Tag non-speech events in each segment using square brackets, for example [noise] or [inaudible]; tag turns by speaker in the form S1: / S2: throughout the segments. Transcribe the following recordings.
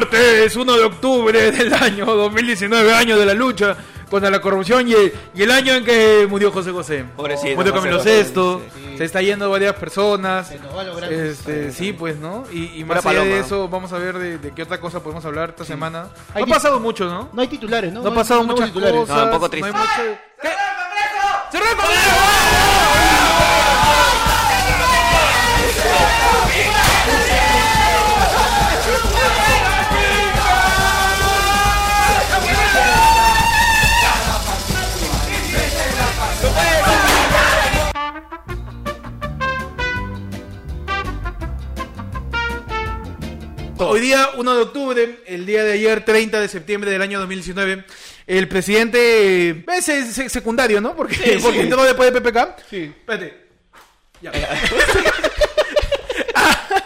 S1: Martes 1 de octubre del año 2019, año de la lucha contra la corrupción y el, y el año en que murió José José.
S2: Pobrecito.
S1: murió
S2: José
S1: Camilo
S2: José,
S1: Sesto, se está yendo varias personas.
S3: Se nos va logrando.
S1: Este, sí, pues, ¿no? Y, y más
S2: Pura
S1: allá de
S2: paloma.
S1: eso, vamos a ver de, de qué otra cosa podemos hablar esta semana. No
S3: Hay
S1: ha
S3: di-
S1: pasado mucho, ¿no?
S3: No hay titulares, ¿no?
S1: No ha pasado
S3: no hubo
S1: muchas
S3: titulares.
S1: cosas.
S2: No, un poco triste.
S1: no hay mucho-
S3: ¡Ah!
S1: ¿Qué? ¡Cerró el Congreso! Hoy día 1 de octubre, el día de ayer 30 de septiembre del año 2019, el presidente eh, ese es sec- secundario, ¿no? Porque, porque entró después de PPK.
S3: Sí.
S1: Espérate. Ya. ha,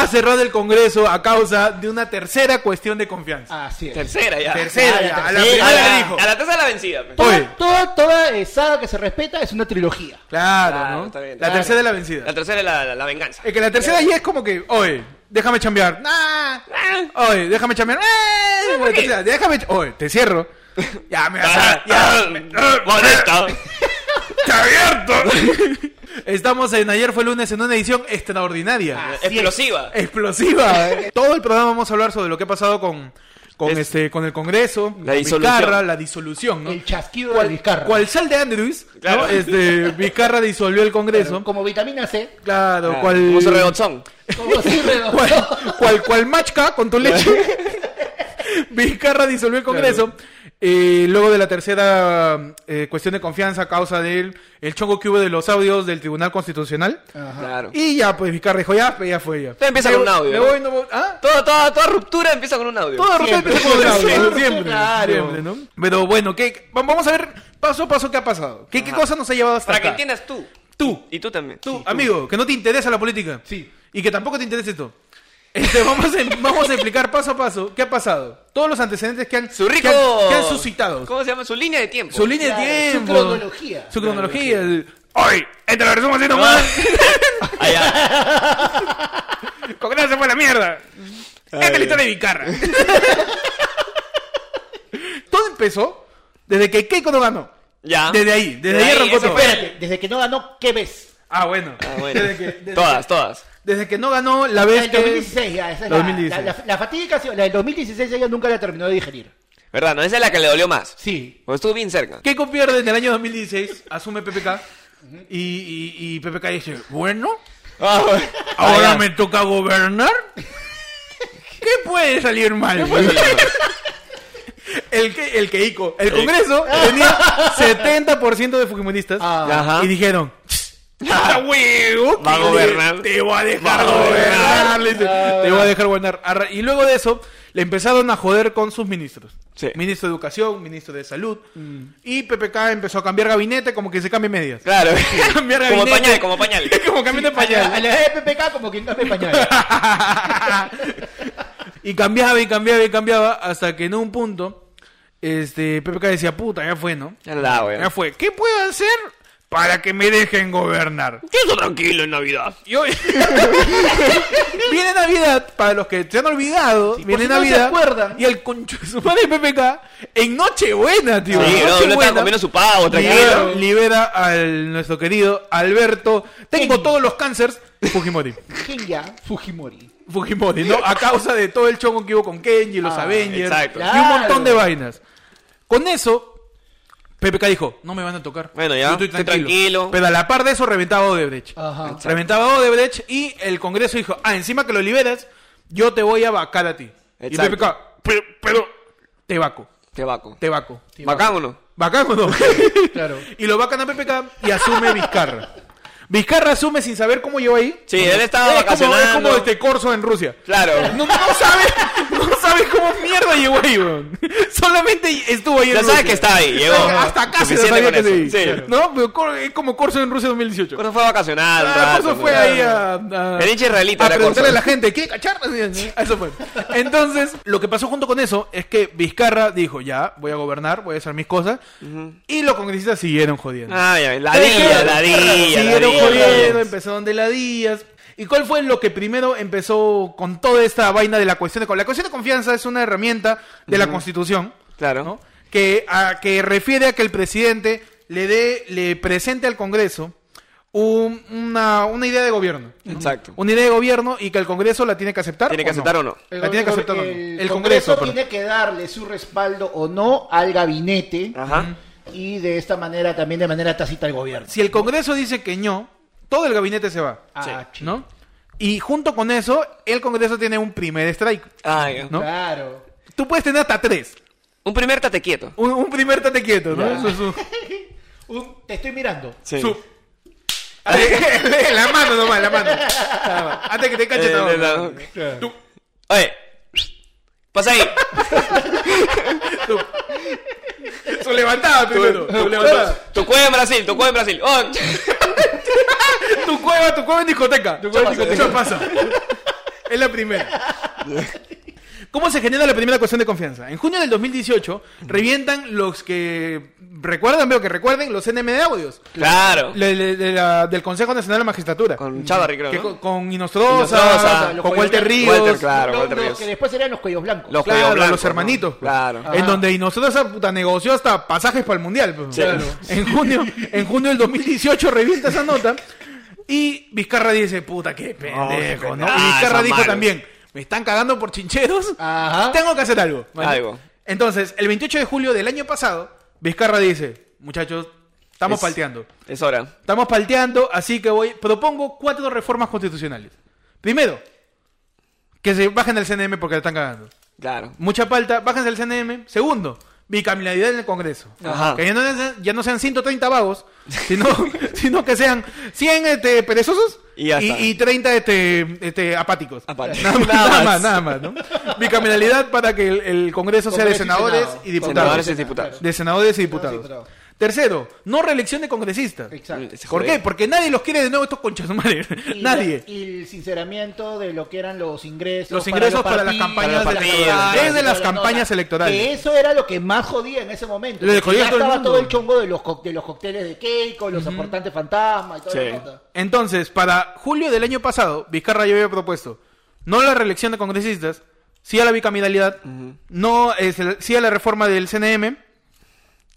S1: ha cerrado el Congreso a causa de una tercera cuestión de confianza.
S3: Así
S2: [laughs]
S3: es.
S2: Tercera ya.
S1: tercera,
S3: ya,
S1: ya,
S3: la
S1: a la
S2: Sí,
S1: primera
S2: a la-
S1: le dijo.
S2: A la tercera la vencida. pues. pe.
S1: Oye.
S3: Toda, toda, toda eh, saga que se respeta es una trilogía.
S1: Claro,
S2: Claro,
S1: ¿no?
S2: está bien,
S1: la
S2: claro.
S1: tercera es la vencida.
S2: La tercera es la, la- la venganza.
S1: Es que la tercera ya es como que, oye, déjame chambear. Nah. Oye, déjame chambear. Eh,
S2: ¿por qué?
S1: tercera, déjame ch- Oye, te
S2: [laughs]
S1: cierro. Ya me vas a...
S2: Ah,
S1: Ya,
S2: [laughs] ah, Modesto.
S1: ¡Te abierto! [laughs] Estamos en Ayer fue lunes en una edición extraordinaria.
S2: Explosiva.
S1: Explosiva. eh. Todo el programa vamos a hablar sobre lo que ha pasado con, con,
S2: Es-
S1: este, con el Congreso, con
S2: disolución.
S1: Vizcarra, la disolución, ¿no?
S3: El chasquido de
S1: Cual,
S3: Vizcarra.
S1: cual sal de Andrews, ¿no?
S2: Claro.
S1: Este, Vizcarra disolvió el Congreso.
S3: Como vitamina
S1: [laughs]
S3: C.
S1: Claro,
S2: Ah,
S1: cual...
S2: Como su redotzón.
S3: Como si
S1: cual,
S3: redondo.
S1: cual, cual machca con tu leche. Vizcarra disolvió el Congreso. eh, luego de la tercera eh, cuestión de confianza a causa del el chongo que hubo de los audios del Tribunal Constitucional.
S2: Claro.
S1: Y ya, pues Vizcarra dijo, ya, pues ya fue ya.
S2: Todo empieza
S1: Me
S2: con
S1: voy-
S2: un audio,
S1: Me
S2: ¿no?
S1: voy, no voy- ¿Ah?
S2: Todo- toda, toda ruptura empieza con un audio.
S1: Todo Rosario
S3: Siempre.
S1: empieza con un audio,
S3: Siempre,
S1: siempre,
S3: claro.
S1: siempre, ¿no? Pero bueno, ¿qué, va- vamos a ver paso a paso qué ha pasado. ¿Qué, qué cosa nos ha llevado hasta
S2: Para que
S1: acá?
S2: entiendas tú.
S1: Tú,
S2: Y tú también.
S1: Tú, amigo, que no te interesa la política.
S3: Sí.
S1: Y que tampoco te interesa esto. Este, vamos, a,
S3: [laughs]
S1: vamos a explicar paso a paso qué ha pasado. Todos los antecedentes que han,
S2: Su rico.
S1: que han, que han suscitado.
S2: ¿Cómo se llama? Su línea de tiempo.
S1: Su línea de
S3: Claro, su
S1: tiempo.
S3: cronología.
S1: Su cronología. el- ¡Hoy! Entre la resumo
S2: Ah.
S1: así
S2: [laughs]
S1: nomás.
S2: Allá.
S1: Congreso se fue a la mierda. Esta es la historia de Vicarra. [laughs] todo empezó desde que Keiko no ganó.
S2: Ya.
S1: Desde ahí, desde ahí arrancó
S2: eso
S1: todo.
S2: fue.
S3: Espérate, desde que no ganó, ¿qué ves?
S1: Ah, bueno.
S2: Ah, bueno.
S1: Desde, que, desde-
S2: Todas, todas.
S1: desde que no ganó la
S3: La
S1: vez
S3: del
S1: que...
S3: 2016, ya, esa es la-
S1: 2016.
S3: La, la, la fatídica, la del 2016 ella nunca la terminó de digerir.
S2: ¿Verdad? No, esa es la que le dolió más.
S3: Sí.
S2: Porque Pues estuvo
S1: [laughs]
S2: bien cerca.
S1: Keiko pierde en el año 2016, asume PPK y, y- y PPK dice, Ah, bueno, ahora me toca gobernar. ¿Qué puede salir mal? [laughs] El que, el Keiko, el Congreso [laughs] tenía 70% de fujimoristas
S2: Ajá.
S1: y dijeron, "Ah, huevo,
S2: Va a
S1: que
S2: gobernar.
S1: Te voy a dejar
S2: Va a
S1: gobernar. le dice, Te voy a dejar gobernar. Arra- Y luego de eso, le empezaron a joder con sus ministros.
S2: Sí.
S1: Ministro de Educación, ministro de Salud. Y PPK empezó a cambiar gabinete como que se cambie medias.
S2: Claro.
S1: [laughs] Cambiar
S2: como
S1: gabinete.
S2: pañal, como pañal.
S1: [laughs] como cambio de
S3: A, la- a
S1: pañal.
S3: la de PPK como quien
S1: [laughs]
S3: cambia pañal.
S1: y cambiaba y cambiaba y cambiaba hasta que en un punto, este, PPK decía, puta, ya fue, ¿no?
S2: Ya la, weón.
S1: Ya fue. ¿Qué puedo hacer para que me dejen gobernar?
S2: Quédate tranquilo en Navidad.
S1: Y hoy- [laughs] viene Navidad, para los que se han olvidado,
S3: Sí, por
S1: viene
S3: si no se
S1: Navidad.
S3: acuerdan.
S1: y el concho de su madre PPK en Nochebuena, tío.
S2: Sí,
S1: en
S2: no, no
S1: Nochebuena,
S2: está comiendo su pavo,
S1: libera,
S2: tranquilo.
S1: libera al nuestro querido Alberto. Tengo
S3: Sí.
S1: todos los cánceres. Fujimori.
S3: Kenya Fujimori.
S1: Fujimori, ¿no? A causa de todo el chongo que hubo con Kenji, los
S3: Ah,
S1: Avengers.
S2: exacto.
S1: Y un montón
S3: Claro.
S1: de vainas. Con eso. PPK dijo, no me van a tocar.
S2: Bueno, ya,
S1: Yo estoy
S2: estoy
S1: tranquilo.
S2: tranquilo.
S1: Pero a la par de eso reventaba Odebrecht.
S3: Ajá.
S1: Reventaba Odebrecht y el Congreso dijo, ah, encima que lo liberas, yo te voy a vacar a ti. Y
S2: Exacto.
S1: PPK, pero, pero te vaco,
S2: Te vaco.
S1: te vaco.
S2: Bacán o no?
S1: ¿Bacán o no?
S3: [laughs] Claro.
S1: y lo vacan a PPK y asume Vizcarra. Vizcarra asume sin saber cómo llegó ahí.
S2: Sí, él estaba
S1: es como, es
S2: vacacionando.
S1: como este corso en Rusia.
S2: Claro.
S1: No, no sabe, no sabe cómo mierda llegó ahí, weón. Solamente estuvo ahí en
S2: Ya sabe
S1: Rusia.
S2: que está ahí, llegó.
S1: Hasta acá se
S2: Suficiente
S1: sabía
S2: con
S1: que se
S2: eso.
S1: iba.
S2: Sí.
S1: ¿No? Pero cor- es como corso en Rusia 2018.
S2: Corso fue a vacacionar un
S1: Ah,
S2: rato,
S1: Corso fue
S2: ¿no?
S1: ahí a, a,
S2: El hincha israelita
S1: a
S2: era
S1: preguntarle
S2: Corso.
S1: a la gente, ¿quiere cachar? Eso fue. Entonces, lo que pasó junto con eso es que Vizcarra dijo, ya, voy a gobernar, voy a hacer mis cosas. Y los congresistas siguieron jodiendo.
S2: Ay, ay, ladilla,
S1: Siguieron
S2: ladilla,
S1: Siguieron
S2: ladilla.
S1: jodiendo, empezaron de ladillas. ¿Y cuál fue lo que primero empezó con toda esta vaina de la cuestión de confianza? La cuestión de confianza es una herramienta de la Constitución.
S2: Claro.
S1: ¿no? Que, a- que refiere a que el presidente le dé, le presente al Congreso un- una, una idea de gobierno. ¿no?
S2: Exacto.
S1: Una idea de gobierno y que el Congreso la tiene que aceptar.
S2: Tiene que aceptar o no.
S1: La tiene que aceptar o no.
S3: El,
S1: El
S3: Congreso,
S1: Congreso, perdón.
S3: tiene que darle su respaldo o no al gabinete
S2: Ajá.
S3: y de esta manera también de manera tácita al gobierno.
S1: Si el Congreso dice que no, todo el gabinete se va.
S3: Ah, chido.
S1: ¿No? Y junto con eso, el Congreso tiene un primer strike.
S2: Ah, ya.
S1: ¿no?
S3: Claro.
S1: Tú puedes tener hasta tres.
S2: Un primer tate quieto.
S1: Un, un primer tate quieto, ¿no?
S3: Ya.
S1: Eso es un-
S3: Un- te estoy mirando.
S2: Sí.
S1: su-
S2: [laughs]
S1: [laughs] la mano nomás, la mano. Antes que te
S2: Eh,
S1: cache todo.
S2: de la- Oye. Pasa ahí.
S1: Su levantada primero. Su levantada.
S2: Tu cueva en Brasil, tu cueva en Brasil. Oh.
S1: Tu cueva, tu cueva en discoteca. Tu
S2: cueva en discoteca.
S1: pasa. Es la primera. ¿Cómo se genera la primera cuestión de confianza? En junio del 2018 revientan los que recuerdan, veo que recuerden, los NM de audios
S2: Claro.
S1: Le- le- de la- del Consejo Nacional de la Magistratura.
S2: Con Chávarri, creo,
S1: Que
S2: ¿no?
S1: con, con Inostroza,
S2: Inostroza,
S3: los
S1: con Walter
S3: Walter
S1: Ríos,
S2: Walter, claro,
S3: Los-
S2: Walter
S3: los
S2: Ríos.
S3: que después eran los cuellos blancos.
S2: Los
S1: Claro,
S2: cuellos blancos,
S1: los
S2: ¿no?
S1: hermanitos. pues.
S2: Claro.
S1: En donde y nosotros esa puta negoció hasta pasajes para el mundial. pues.
S2: Sí. Claro.
S1: En junio, en junio del 2018 revienta esa nota y Vizcarra dice, puta, qué pendejo, ¿no? Y
S2: Ah,
S1: Vizcarra
S2: son
S1: dijo
S2: malos. Ah.
S1: también, me están cagando por chincheros,
S3: Ajá.
S1: tengo que hacer algo. ¿vale?
S2: Algo.
S1: Entonces, el 28 de julio del año pasado, Vizcarra dice, muchachos, estamos
S2: Es-
S1: palteando.
S2: Es hora.
S1: Estamos palteando, así que voy. Propongo cuatro reformas constitucionales. Primero, que se bajen el CNM porque le están cagando.
S2: Claro.
S1: Mucha palta, bájense el CNM. Segundo, bicamilidad en el Congreso.
S2: Ajá.
S1: Que ya no, sean- ya no sean 130 vagos, sino, [laughs] sino que sean 100 este, perezosos
S2: Y ya está.
S1: y 30 este, este, apáticos.
S2: Apáticos.
S1: Nada, más,
S2: Nada
S1: nada
S2: más.
S1: más, nada más, ¿no? Bicameralidad para que el, el Congreso sea de
S3: Congreso y
S1: senadores
S3: Senado.
S1: y diputados.
S2: Senadores y diputados.
S1: De senadores y
S3: y
S1: diputados.
S3: diputados.
S1: Tercero, no reelección de congresistas.
S3: Exacto.
S2: Se
S1: ¿Por
S2: jodió.
S1: qué? Porque nadie los quiere de nuevo estos conchas madre. [laughs]
S3: Y la-
S1: Nadie.
S3: y el sinceramiento de lo que eran los ingresos.
S1: Los ingresos para las
S3: partidos,
S1: campañas
S2: para los partidos,
S3: electorales,
S2: desde
S3: y
S1: las
S3: toda la
S1: campañas
S3: nota.
S1: electorales.
S3: Que eso era lo que más jodía en ese momento.
S1: Le
S3: porque
S1: jodía
S3: ya
S1: a todo el
S3: estaba
S1: mundo.
S3: todo el chongo de los, co- de los cócteles de Keiko, los aportantes fantasma y toda
S2: Sí.
S3: la nota.
S1: Entonces, para julio del año pasado, Vizcarra ya había propuesto no la reelección de congresistas, sí a la bicameralidad, no es el- sí a la reforma del CNM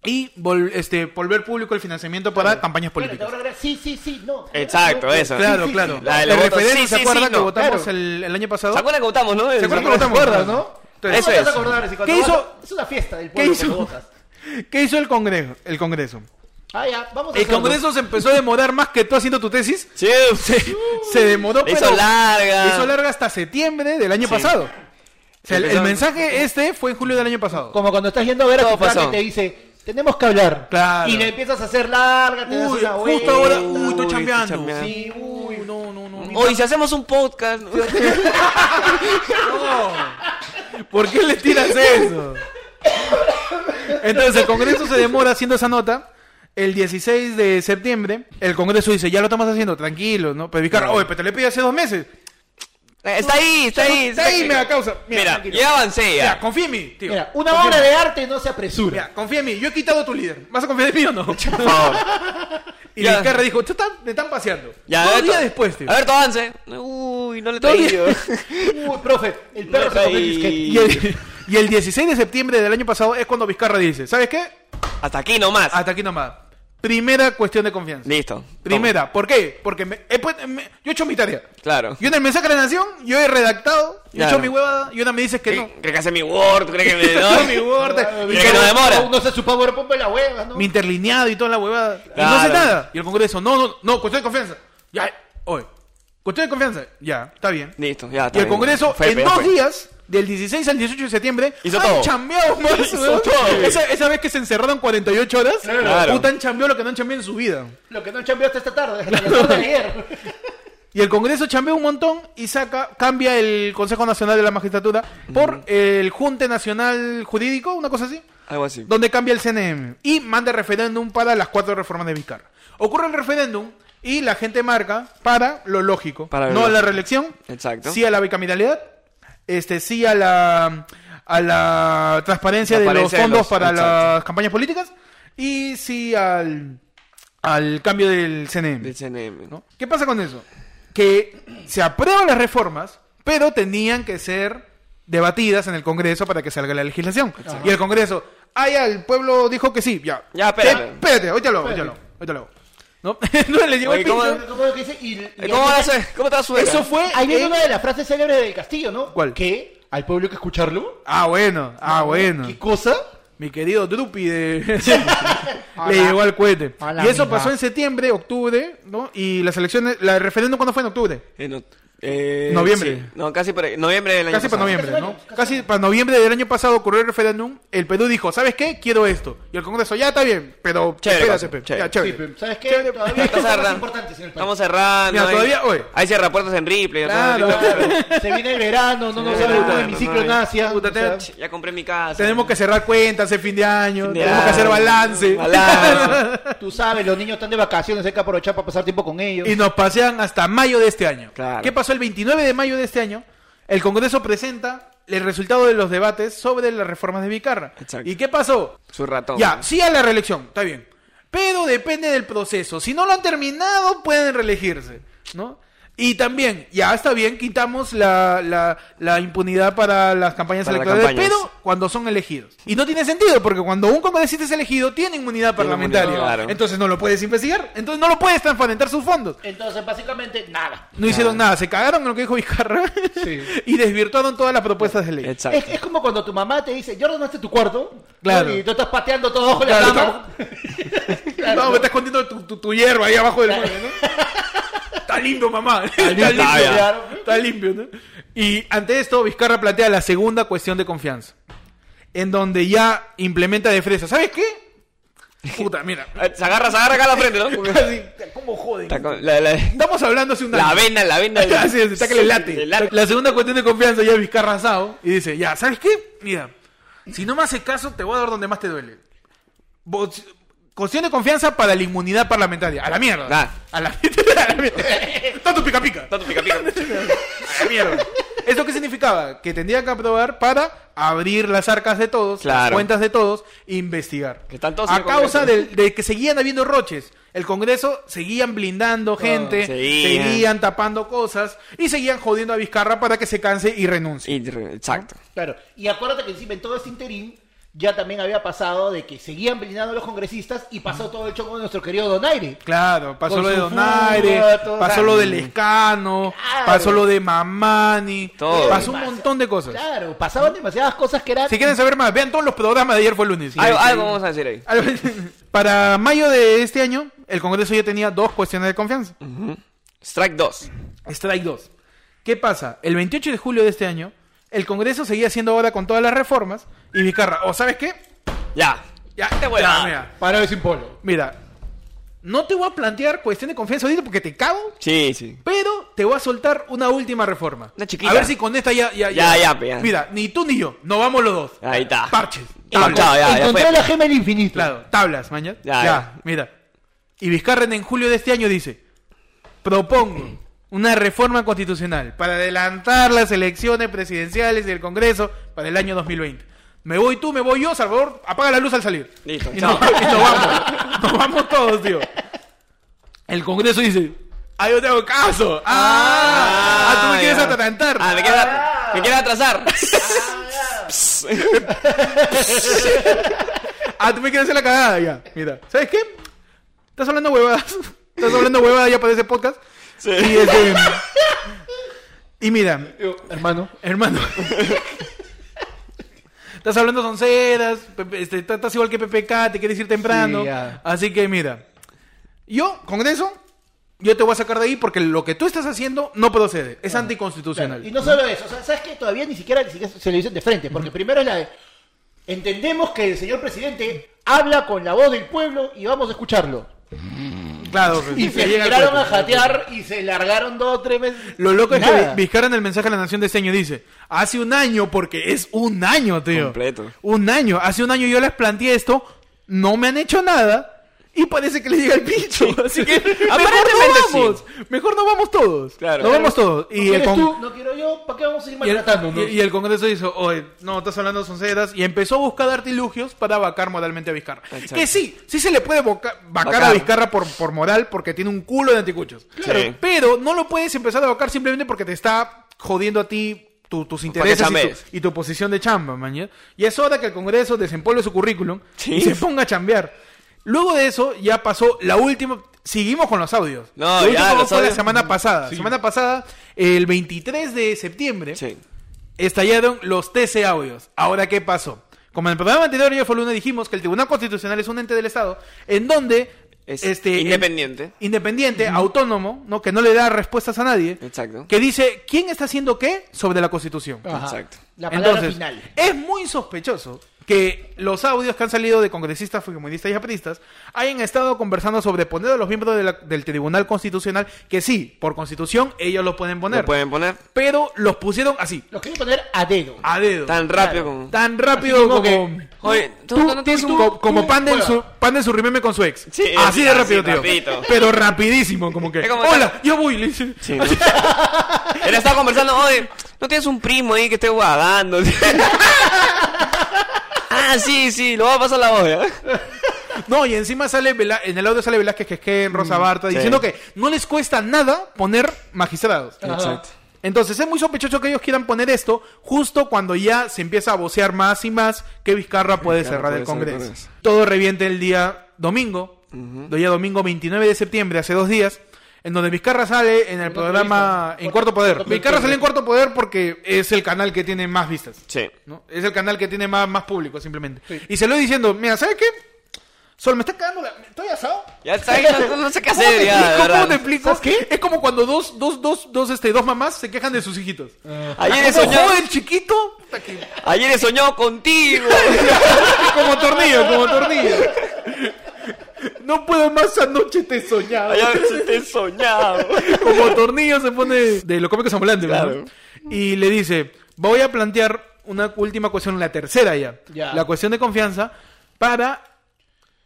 S1: y vol- este, volver público el financiamiento para campañas
S3: Claro,
S1: políticas.
S3: ahora, ahora, sí, sí, sí, no.
S2: Exacto,
S3: No,
S2: eso.
S1: Claro,
S3: sí,
S1: claro.
S3: sí.
S2: La de
S1: El
S2: los votos,
S1: referéndum,
S2: sí,
S1: ¿se
S2: sí,
S1: acuerdan
S2: sí,
S1: que
S2: no,
S1: votamos
S3: claro.
S1: el, el año pasado?
S2: ¿Se acuerdan que votamos, no?
S1: ¿Se acuerdan que
S3: ¿Te
S1: votamos?
S3: acuerdas, no?
S1: Entonces,
S2: Eso
S3: ¿Cómo te vas a
S2: es.
S3: acordar si cuando
S1: ¿Qué hizo-
S3: votas- Es una fiesta del pueblo.
S1: hizo?
S3: cuando votas.
S1: ¿Qué hizo el Congreso? El Congreso.
S3: Ah, ya, vamos a
S1: El
S3: hacerlo.
S1: Congreso se empezó a demorar más que tú haciendo tu tesis.
S2: Sí.
S1: Se demoró,
S2: Le
S1: pero...
S2: hizo larga.
S1: hizo larga hasta septiembre del año
S2: Sí.
S1: pasado. O sea, el, el
S2: Empezó-
S1: mensaje este fue en julio del año pasado.
S3: Como cuando estás yendo a ver a
S2: Todo
S3: tu flaca
S2: pasó.
S3: y te dice, tenemos que hablar.
S1: Claro.
S3: Y le empiezas a hacer larga, te das
S1: Uy,
S3: una vuelta.
S1: justo ahora, uy, estoy
S2: Uy,
S1: chambeando.
S2: estoy chambeando.
S1: Sí, uy, no, no, no.
S2: Oye, si hacemos un podcast.
S1: no. ¿Por qué le tiras eso? Entonces, el Congreso se demora haciendo esa nota. El 16 de septiembre, el Congreso dice, ya lo estamos haciendo, tranquilo, ¿no? Pero Vizcarra, oye, pero te lo pedí hace dos meses.
S2: Eh, Está ahí, está ahí.
S1: Está ahí, me da causa. Mira,
S2: Mira,
S1: tranquilo.
S2: ya avancé
S1: Mira,
S2: ya.
S1: confía en mí, tío.
S3: Mira, una
S1: Confía en
S3: obra
S1: mí.
S3: de arte no se apresura.
S1: Mira, confía en mí, yo he quitado a tu líder. ¿Vas a confiar en mí o no?
S2: Por favor.
S1: Y
S2: Ya.
S1: Vizcarra dijo, "Te están- me están paseando.
S2: Ya,
S1: Dos
S2: Alberto.
S1: días después, tío.
S2: A ver, avance. Uy, no le he
S1: Dos
S2: traído.
S3: Uy, profe, el perro
S2: No
S3: se comió el
S2: traí.
S3: disquete.
S1: Y el, [laughs] y el 16 de septiembre del año pasado es cuando Vizcarra dice, ¿sabes qué?
S2: Hasta
S1: [laughs]
S2: aquí nomás.
S1: Hasta aquí nomás. Primera cuestión de confianza.
S2: Listo.
S1: Primera, ¿por qué? Porque me- he pu- me- yo he hecho mi tarea.
S2: Claro.
S1: Yo en el mensaje de la nación, yo he redactado, yo he
S2: Claro.
S1: hecho mi huevada, y una me dices que no.
S2: ¿Crees que hace mi Word? ¿Tú ¿Crees
S1: [laughs]
S2: que me.?
S1: Todo
S2: no?
S1: mi borde,
S2: Y que no demora.
S3: No, no sé su PowerPoint en pues, la hueva, ¿no?
S1: mi interlineado y toda la huevada. Y
S2: Claro.
S1: no hace nada. Y el Congreso, no, no, no, cuestión de confianza. Ya, hoy. Cuestión de confianza, ya, está bien.
S2: Listo, ya. está
S1: Y el
S2: bien.
S1: Congreso,
S2: Fue,
S1: en
S2: fue,
S1: dos
S2: fue.
S1: días, del 16 al 18 de septiembre,
S2: Hizo
S1: han
S2: todo.
S1: chambeado más.
S2: Hizo
S1: weón.
S2: todo.
S1: Esa, esa vez que se encerraron 48 horas,
S2: Claro.
S1: puta, han chambeado lo que no han chambeado en su vida.
S3: Lo que no chambeaste esta tarde, la tarde de ayer.
S1: Y el Congreso chambeó un montón y saca, cambia el Consejo Nacional de la Magistratura por el Junte Nacional Jurídico, una cosa así,
S2: Algo así.
S1: donde cambia el CNM y manda referéndum para las cuatro reformas de Vizcarra. Ocurre el referéndum y la gente marca para lo lógico,
S2: Para lo
S1: no a la
S2: lógico.
S1: reelección,
S2: Exacto.
S1: sí a la bicameralidad, este sí a la a la transparencia,
S2: Transparencia
S1: de
S2: de
S1: los fondos
S2: los-
S1: para
S2: exacto.
S1: las campañas políticas y sí al al cambio del CNM.
S2: Del CNM.
S1: ¿no? ¿Qué pasa con eso? que se aprueban las reformas, pero tenían que ser debatidas en el Congreso para que salga la legislación. Y el Congreso, ah, ya, el pueblo dijo que sí, ya.
S2: Ya, espérate.
S1: Eh, Espérate, ahorita lo hago, ahorita lo hago, ahorita lo hago. ¿No? [laughs] no le llegó
S2: Oye,
S1: el
S2: ¿cómo-
S1: pincho.
S3: ¿Cómo lo que dice? Y- y
S2: Eh, ¿Cómo
S3: ahí
S2: va a
S3: viene-
S2: ser? ¿Cómo te va a subir?
S1: Eso fue.
S3: Ahí viene
S1: en-
S3: una de las frases célebres del Castillo, ¿no?
S1: ¿Cuál?
S3: ¿Qué? ¿Al pueblo hay que escucharlo?
S1: Ah, bueno, ah, bueno.
S3: ¿Qué cosa?
S1: Mi querido Drupi
S3: [laughs]
S1: de... [laughs] le llegó al cohete.
S3: Hola,
S1: y eso
S3: amiga.
S1: pasó en septiembre, octubre, ¿no? Y las elecciones, la el referéndum cuándo fue en octubre?
S2: Eh, no- eh,
S1: Noviembre.
S2: sí. No, casi para noviembre del año
S1: Casi para
S2: pasado.
S1: noviembre,
S3: Casi
S1: ¿no?
S3: año, casi
S1: Casi para noviembre del año pasado ocurrió el referéndum. El Perú dijo, ¿sabes qué? Quiero esto. Y el Congreso, ya está bien, pero
S2: Chévere,
S1: espérate,
S2: Paco,
S1: pe,
S2: chévere.
S1: ya, chévere.
S3: Sí, pero ¿Sabes qué?
S1: Chévere.
S3: Todavía hay
S2: Está
S3: cosas más
S2: cerrando.
S3: importantes en el país.
S2: Estamos cerrando.
S1: Mira,
S2: hay-
S1: todavía- oye.
S2: Hay cierrapuertas en Ripley.
S1: Claro.
S2: todo eso.
S3: Claro, Se viene el verano, no nos
S2: Sí,
S3: sabe
S2: claro,
S3: uno de mi
S2: no,
S3: ciclo
S2: no,
S3: en
S2: no.
S3: Asia.
S1: Puta,
S3: o sea,
S1: te-
S2: Ya compré mi casa.
S1: Tenemos que cerrar cuentas el fin de año,
S2: Ya.
S1: tenemos que hacer balance.
S2: Balance.
S3: Tú sabes, los niños están de vacaciones, hay que aprovechar para pasar tiempo con ellos.
S1: y nos pasean hasta mayo de este año.
S2: Claro.
S1: ¿Qué pasó el 29 de mayo de este año? El Congreso presenta el resultado de los debates sobre las reformas de Vicarra.
S2: Exacto.
S1: ¿Y qué pasó?
S2: Su ratón.
S1: Ya, sí a la reelección, está bien. Pero depende del proceso. Si no lo han terminado, pueden reelegirse, ¿no? Y también, ya está bien, quitamos la, la- la impunidad para las campañas
S2: Para las
S1: electorales,
S2: campañas.
S1: pero cuando son elegidos. Y no tiene sentido, porque cuando un congresista es elegido, tiene inmunidad
S2: Tiene
S1: parlamentaria.
S2: inmunidad, claro.
S1: Entonces no lo puedes investigar, entonces no lo puedes transparentar sus fondos.
S3: Entonces, básicamente, nada.
S1: No hicieron nada, se cagaron en lo que dijo Vizcarra
S3: Sí.
S1: [laughs] y desvirtuaron todas las propuestas de ley.
S2: Exacto.
S3: Es, es como cuando tu mamá te dice, ¿ya ordenaste tu cuarto?
S1: Claro.
S3: Y tú estás pateando todo ojo en
S1: Claro,
S3: la
S1: [laughs]
S3: cama. Claro.
S1: No, me estás escondiendo tu, tu, tu hierba ahí abajo del mueble, ¿no? Está limpio, mamá. Está limpio,
S2: Ah, ya.
S1: claro. Está limpio, ¿no? Y ante esto, Vizcarra plantea la segunda cuestión de confianza. En donde ya implementa de fresa. ¿Sabes qué? Puta, mira.
S2: Eh, Se agarra, se agarra acá a la frente, ¿no?
S1: Casi, ¿Cómo joden?
S2: Está con- La, la,
S1: Estamos hablando hace un año.
S2: la avena, la avena.
S1: [laughs] Así es, está que le late.
S2: Le late.
S1: La segunda cuestión de confianza ya es Vizcarra asado y dice, ya, ¿sabes qué? Mira, si no me haces caso, te voy a dar donde más te duele. Vos- Cuestión de confianza para la inmunidad parlamentaria. A la mierda.
S2: Ah.
S1: A la [laughs] mierda. A la mierda. Está tu pica pica.
S2: Tanto pica, pica.
S1: A la Ah, mierda. ¿Esto qué significaba? Que tendría que aprobar para abrir las arcas de todos, las
S2: Claro.
S1: cuentas de todos, e investigar.
S2: Que están todos en
S1: a
S2: el
S1: causa
S2: Congreso.
S1: del- de, que seguían habiendo roches. El Congreso seguían blindando gente,
S2: seguían.
S1: seguían tapando cosas y seguían jodiendo a Vizcarra para que se canse y renuncie.
S2: Y re- Exacto.
S3: Claro. Y acuérdate que encima en todo este interín ya también había pasado de que seguían brindando los congresistas y pasó todo el chongo de nuestro querido Donaire.
S1: Claro, pasó
S3: Con
S1: lo de
S3: su
S1: Donaire,
S3: fuga, todo-
S1: pasó lo del Escano,
S3: Claro.
S1: pasó lo de Mamani,
S2: Todo.
S1: pasó un
S3: Demasiado.
S1: montón de cosas.
S3: Claro, pasaban demasiadas cosas que eran...
S1: Si quieren saber más, vean todos los programas de ayer fue el lunes.
S2: Algo, algo vamos a decir ahí.
S1: [laughs] Para mayo de este año, el Congreso ya tenía dos cuestiones de confianza.
S2: Mm. Strike 2.
S1: Strike 2. ¿Qué pasa? El 28 de julio de este año, el Congreso seguía haciendo ahora con todas las reformas y Vizcarra, ¿o sabes qué?
S2: Ya.
S1: Ya,
S2: Te vuelvo.
S1: ya, mira,
S3: Parado y sin polo.
S1: mira, no te voy a plantear cuestión de confianza ahorita porque te cago,
S2: Sí, sí.
S1: pero te voy a soltar una última reforma.
S2: Una chiquita.
S1: A ver si con esta ya... Ya,
S2: Ya, ya, pe, ya.
S1: Mira, ni tú ni yo, no vamos los dos.
S2: Ahí está.
S1: Parches.
S2: Ah,
S1: Tablas.
S2: chao, ya, ya
S3: Encontré
S2: fue.
S3: la gema del infinito.
S1: Claro, tablas, mañana. Ya,
S2: Ya, ya.
S1: mira. Y Vizcarren en julio de este año dice, propongo una reforma constitucional para adelantar las elecciones presidenciales del Congreso para el año 2020. Me voy tú, me voy yo, Salvador, apaga la luz al salir.
S2: Listo,
S1: Y
S2: chao.
S1: nos, y nos vamos, nos vamos todos, tío. El Congreso dice, ah, yo te hago caso. Ah, ah, tú me
S2: ya.
S1: quieres atarantar.
S2: Ah, me quieres, at- me
S1: [laughs]
S2: quieres atrasar.
S1: Ah, tú me quieres hacer la cagada ya. Mira, ¿sabes qué? Estás hablando huevadas. [laughs] Estás hablando huevadas ya para ese podcast.
S2: Sí.
S1: Y, este, y mira,
S3: Yo, Hermano. [laughs]
S1: hermano. Estás hablando sonceras, pepe- este, t- estás igual que PPK, te quieres ir temprano.
S3: Sí, ya.
S1: Así que mira, yo, con eso, yo te voy a sacar de ahí porque lo que tú estás haciendo no procede. Es anticonstitucional.
S3: Claro, Y no solo eso, o sea, ¿sabes qué? Todavía ni siquiera, ni siquiera se lo dicen de frente, porque primero es la de, entendemos que el señor presidente habla con la voz del pueblo y vamos a escucharlo.
S1: Claro, pues,
S3: Y
S1: se
S3: se
S1: llega al
S3: tiraron
S1: cuerpo.
S3: a jatear y se largaron dos o tres veces.
S1: Lo loco es
S3: Nada.
S1: que Vizcarra en el mensaje a la nación de este año dice, hace un año, porque es un año, tío.
S2: Completo.
S1: Un año, hace un año yo les planteé esto, no me han hecho nada. y parece que le llega el pincho. Así que mejor
S2: [laughs] Aparentemente
S1: no vamos. Mejor no vamos todos.
S2: Claro.
S1: No vamos todos. Y el,
S3: quieres
S1: con-
S3: tú, no quiero yo, ¿para qué vamos a ir
S1: y el-
S3: maltratándonos?
S1: y- y el Congreso hizo, oye, no, estás hablando soncedas, y empezó a buscar artilugios para vacar moralmente a Vizcarra.
S2: Exacto.
S1: Que sí, sí se le puede boca- vacar,
S2: Vacar.
S1: a Vizcarra por, por moral, porque tiene un culo de anticuchos.
S2: Claro. Sí.
S1: Pero no lo puedes empezar a vacar simplemente porque te está jodiendo a ti tu- tus intereses y
S2: chambees.
S1: tu, y tu posición de chamba, mañana. Y es hora que el Congreso desempolve su currículum
S2: Sí.
S1: y se ponga a chambear. Luego de eso ya pasó la última... Seguimos con los audios.
S2: No,
S1: Lo
S2: ya,
S1: último
S2: los
S1: fue la
S2: audios.
S1: semana pasada. Semana pasada, el 23 de septiembre,
S2: Sí.
S1: estallaron los TC audios. Ahora, ¿qué pasó? Como en el programa anterior, yo fue lunes, dijimos que el Tribunal Constitucional es un ente del Estado en donde...
S2: Es
S1: este,
S2: independiente.
S1: el- independiente, autónomo, ¿no? que no le da respuestas a nadie.
S2: Exacto.
S1: Que dice, ¿quién está haciendo qué sobre la Constitución?
S3: Ajá.
S2: Exacto.
S3: Ah, La palabra
S1: Entonces,
S3: final.
S1: es muy sospechoso que los audios que han salido de congresistas, fujimoristas y japonistas hayan estado conversando sobre poner a los miembros de la- del Tribunal Constitucional, que sí, por constitución ellos los pueden poner,
S2: Lo pueden poner
S1: pero los pusieron así,
S3: Los quiero poner a dedo.
S1: a dedo, tan,
S2: tan rápido
S3: Claro.
S2: como.
S1: rápido
S3: mismo
S1: como,
S3: que-
S2: Oye, tú,
S1: tú-
S2: tú no tienes
S1: tú-
S2: un.
S1: co- como
S3: tú-
S1: pan de en su,
S3: juega.
S1: pan de su rimeme con su ex,
S2: Sí,
S1: así de
S2: así,
S1: rápido, tío,
S2: rapidito.
S1: pero rapidísimo, como que,
S2: Es como-
S1: hola, yo voy, le dice.
S2: Sí, ¿no? [laughs] Él estaba conversando, oye, ¿no tienes un primo ahí que esté guardando? [laughs] ah, sí, sí, lo va a pasar la voz, ¿ya?
S1: No, y encima sale Vela- en el audio sale Velázquez que es que Rosa Barta
S2: Mm, sí.
S1: diciendo que no les cuesta nada poner magistrados.
S3: Ajá.
S2: Exacto.
S1: Entonces es muy sospechoso que ellos quieran poner esto justo cuando ya se empieza a vocear más y más que Vizcarra puede
S2: Vizcarra
S1: cerrar el
S2: puede cerrar el
S1: Congreso.
S2: Congreso.
S1: Todo reviente el día domingo, el día domingo 29 de septiembre, hace dos días, en donde Vizcarra sale en el
S3: Cuatro
S1: programa
S3: vistas.
S1: en
S3: Cuatro-
S1: Cuarto Poder.
S3: cuatro
S1: Vizcarra
S3: vistas.
S1: sale en Cuarto Poder porque es el canal que tiene más vistas.
S2: Sí.
S1: ¿no? Es el canal que tiene más, más público, simplemente.
S3: Sí.
S1: Y se lo diciendo, mira, ¿sabes qué? Sol, me está cagando la... Estoy asado.
S2: Ya está, ahí, no, no sé qué
S1: ¿Cómo te
S2: hacer, ya, de
S1: explico? ¿Cómo te
S2: verdad.
S1: explico? Es como cuando dos, dos, dos, dos, este, dos mamás se quejan de sus hijitos.
S2: Ayer he
S1: ¿Cómo
S2: soñado-
S1: jode el chiquito? Puta que-
S2: Ayer he soñado contigo.
S1: [laughs] Como tornillo, como tornillo. [laughs] No puedo más, anoche te soñaba.
S2: Ayer te he soñado.
S1: [laughs] Como tornillo se pone de los cómicos ambulantes. ¿no?
S2: Claro.
S1: Y le dice, voy a plantear una última cuestión, la tercera ya,
S3: Ya.
S1: La cuestión de confianza para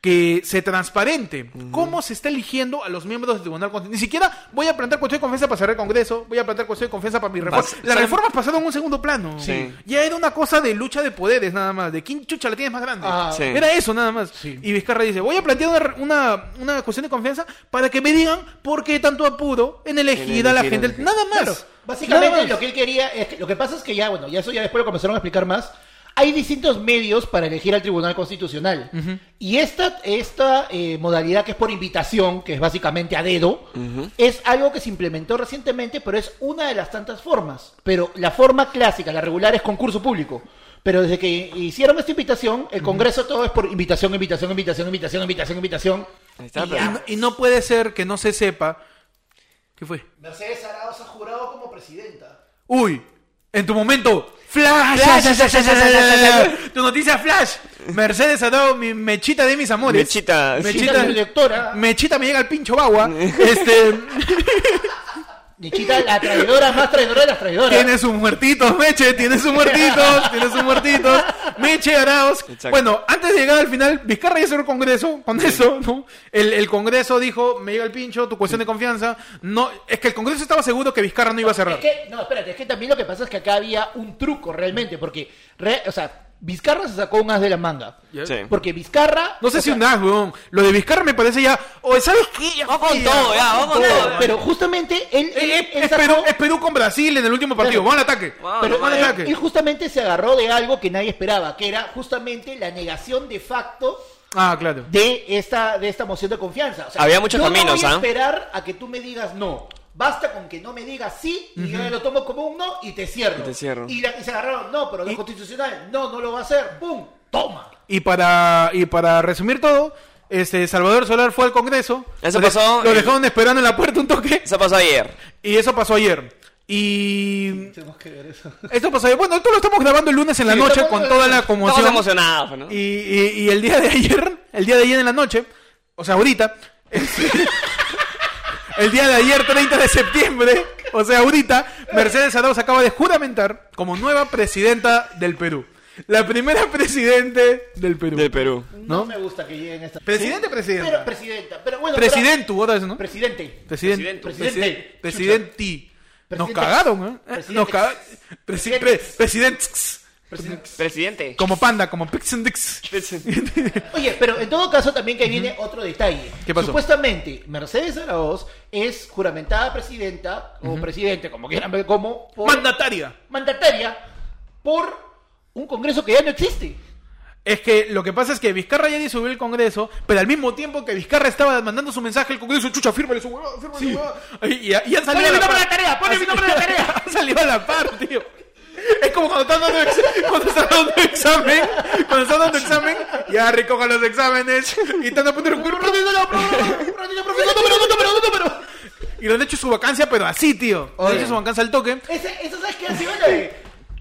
S1: que se transparente cómo se está eligiendo a los miembros del Tribunal Constitucional. Ni siquiera voy a plantear cuestión de confianza para cerrar el Congreso, voy a plantear cuestión de confianza para mi reforma.
S2: Pas-
S1: Las
S2: sal-
S1: reformas pasaron a un segundo plano.
S2: Sí.
S1: Ya era una cosa de lucha de poderes nada más, de quién chucha la tienes más grande.
S3: Ah.
S2: Sí.
S1: Era eso nada más. Y Vizcarra dice, voy a plantear una, re- una, una cuestión de confianza para que me digan por qué tanto apuro en elegir
S2: En
S1: a la
S2: elegir,
S1: gente.
S2: en elegir.
S1: Nada más.
S3: Claro, básicamente
S1: Nada más.
S3: lo que él quería es que, lo que pasa es que ya, bueno, ya eso ya después lo comenzaron a explicar más. Hay distintos medios para elegir al Tribunal Constitucional. Y esta, esta eh, modalidad que es por invitación, que es básicamente a dedo, es algo que se implementó recientemente, pero es una de las tantas formas. Pero la forma clásica, la regular, es concurso público. Pero desde que hicieron esta invitación, el Congreso todo es por invitación, invitación, invitación, invitación, invitación, invitación.
S2: Ahí está,
S3: Y
S2: pero-
S1: Y no- Y no puede ser que no se sepa. ¿Qué fue?
S3: Mercedes Arauz ha jurado como presidenta.
S1: Uy, en tu momento. Flash,
S2: Flash,
S1: flash, flash,
S2: flash,
S1: flash,
S2: flash,
S1: flash,
S2: flash,
S1: flash.
S2: [laughs]
S1: tu noticia flash. Mercedes ha dado mi mechita de mis amores.
S2: Mechita, sí.
S1: mechita,
S3: Mechita, directora.
S1: Mechita me llega al pincho
S2: [laughs]
S1: bagua. Este,
S3: Nichita, la traidora más traidora de las traidoras.
S1: Tiene sus muertitos, Meche, tiene sus muertitos, tiene sus muertitos. Meche Araos.
S2: Exacto.
S1: Bueno, antes de llegar al final, Vizcarra ya cerró el Congreso con eso, ¿no? El, el Congreso dijo, me llega el pincho, tu cuestión de confianza. No, es que el Congreso estaba seguro que Vizcarra no iba a cerrar.
S3: Es que, no, espérate, es que también lo que pasa es que acá había un truco realmente, porque, re- o sea, Vizcarra se sacó un as de la manga.
S2: Sí.
S3: Porque Vizcarra.
S1: No sé
S3: o
S1: si
S3: sea,
S1: un as, weón. Lo de Vizcarra me parece ya. Oye, ¿sabes qué? Ya
S2: Va con
S1: fue, ya.
S2: todo, ya, va con todo.
S3: Pero, pero justamente él.
S1: Eh, eh,
S3: él
S1: es,
S3: sacó-
S1: Perú, es Perú con Brasil en el último partido.
S3: Claro.
S1: Vamos al ataque.
S2: Wow,
S3: pero
S1: Vamos al
S3: él-
S1: ataque.
S3: él justamente se agarró de algo que nadie esperaba, que era justamente la negación de facto
S1: Ah, claro.
S3: de esta, de esta moción de confianza. O sea,
S2: Había muchos
S3: yo
S2: caminos,
S3: No voy a
S2: ¿ah?
S3: esperar a que tú me digas no. Basta con que no me digas sí y yo lo tomo como un no y te cierro.
S2: Y te cierro.
S3: Y, la- y se agarraron, no, pero la constitucional, no, no lo va a hacer. ¡Pum! ¡Toma!
S1: Y para, y para resumir todo, este Salvador Solar fue al Congreso.
S2: Eso
S1: Lo de-
S2: pasó
S1: Lo
S2: el-
S1: dejaron esperando en la puerta un toque.
S2: Eso pasó ayer.
S1: Y eso pasó ayer. Y
S3: Tenemos que ver eso.
S1: esto pasó ayer. Bueno, esto lo estamos grabando el lunes en la
S3: Sí,
S1: noche
S3: estamos-
S1: con toda la
S2: Estamos
S1: conmoción.
S2: emocionados, pues, ¿no?
S1: Y, y, y el día de ayer, el día de ayer en la noche, o sea, ahorita, [laughs] el día de ayer, 30 de septiembre, o sea, ahorita, Mercedes Arauz acaba de juramentar como nueva presidenta del Perú. La primera presidente del Perú.
S2: Del Perú.
S3: No, me gusta que lleguen estas.
S1: Presidente, presidenta.
S3: Pero, presidenta. Pero bueno,
S1: Presidente, otra vez, ¿no?
S3: pero- presidente.
S1: Presidente.
S3: Presidente.
S1: Presidente. Presidente. Nos
S3: Presidente.
S1: cagaron, ¿eh?
S3: Presidente.
S1: Nos cagaron. Presidente.
S3: Presidente.
S2: Presidente.
S1: Como panda, como Pixendix.
S3: Oye, pero en todo caso también que ahí viene otro detalle.
S1: ¿Qué pasó?
S3: Supuestamente Mercedes Araoz es juramentada presidenta o presidente, como quieran ver, como por-
S1: Mandataria.
S3: mandataria por un congreso que ya no existe.
S1: Es que lo que pasa es que Vizcarra ya disolvió el Congreso, pero al mismo tiempo que Vizcarra estaba mandando su mensaje al Congreso, chucha, fírmale su huevada, fírmale su huevada. Y, y- y han salido.
S3: Ponle mi
S1: a
S3: nombre
S1: par.
S3: a la tarea, ponle mi nombre a la tarea.
S1: [laughs] han salido a la par, tío. Es como cuando están dando, ex- cuando están dando examen, cuando están dando examen, ya recojan los exámenes y están a punto de
S3: Un ratito, no, profe, un ratito, profe, no, número, número, número.
S1: Y le han hecho su vacancia, pero así, tío. Le han
S3: Oye.
S1: hecho su vacancia al toque.
S3: Ese- Eso sabes qué ha sido la de-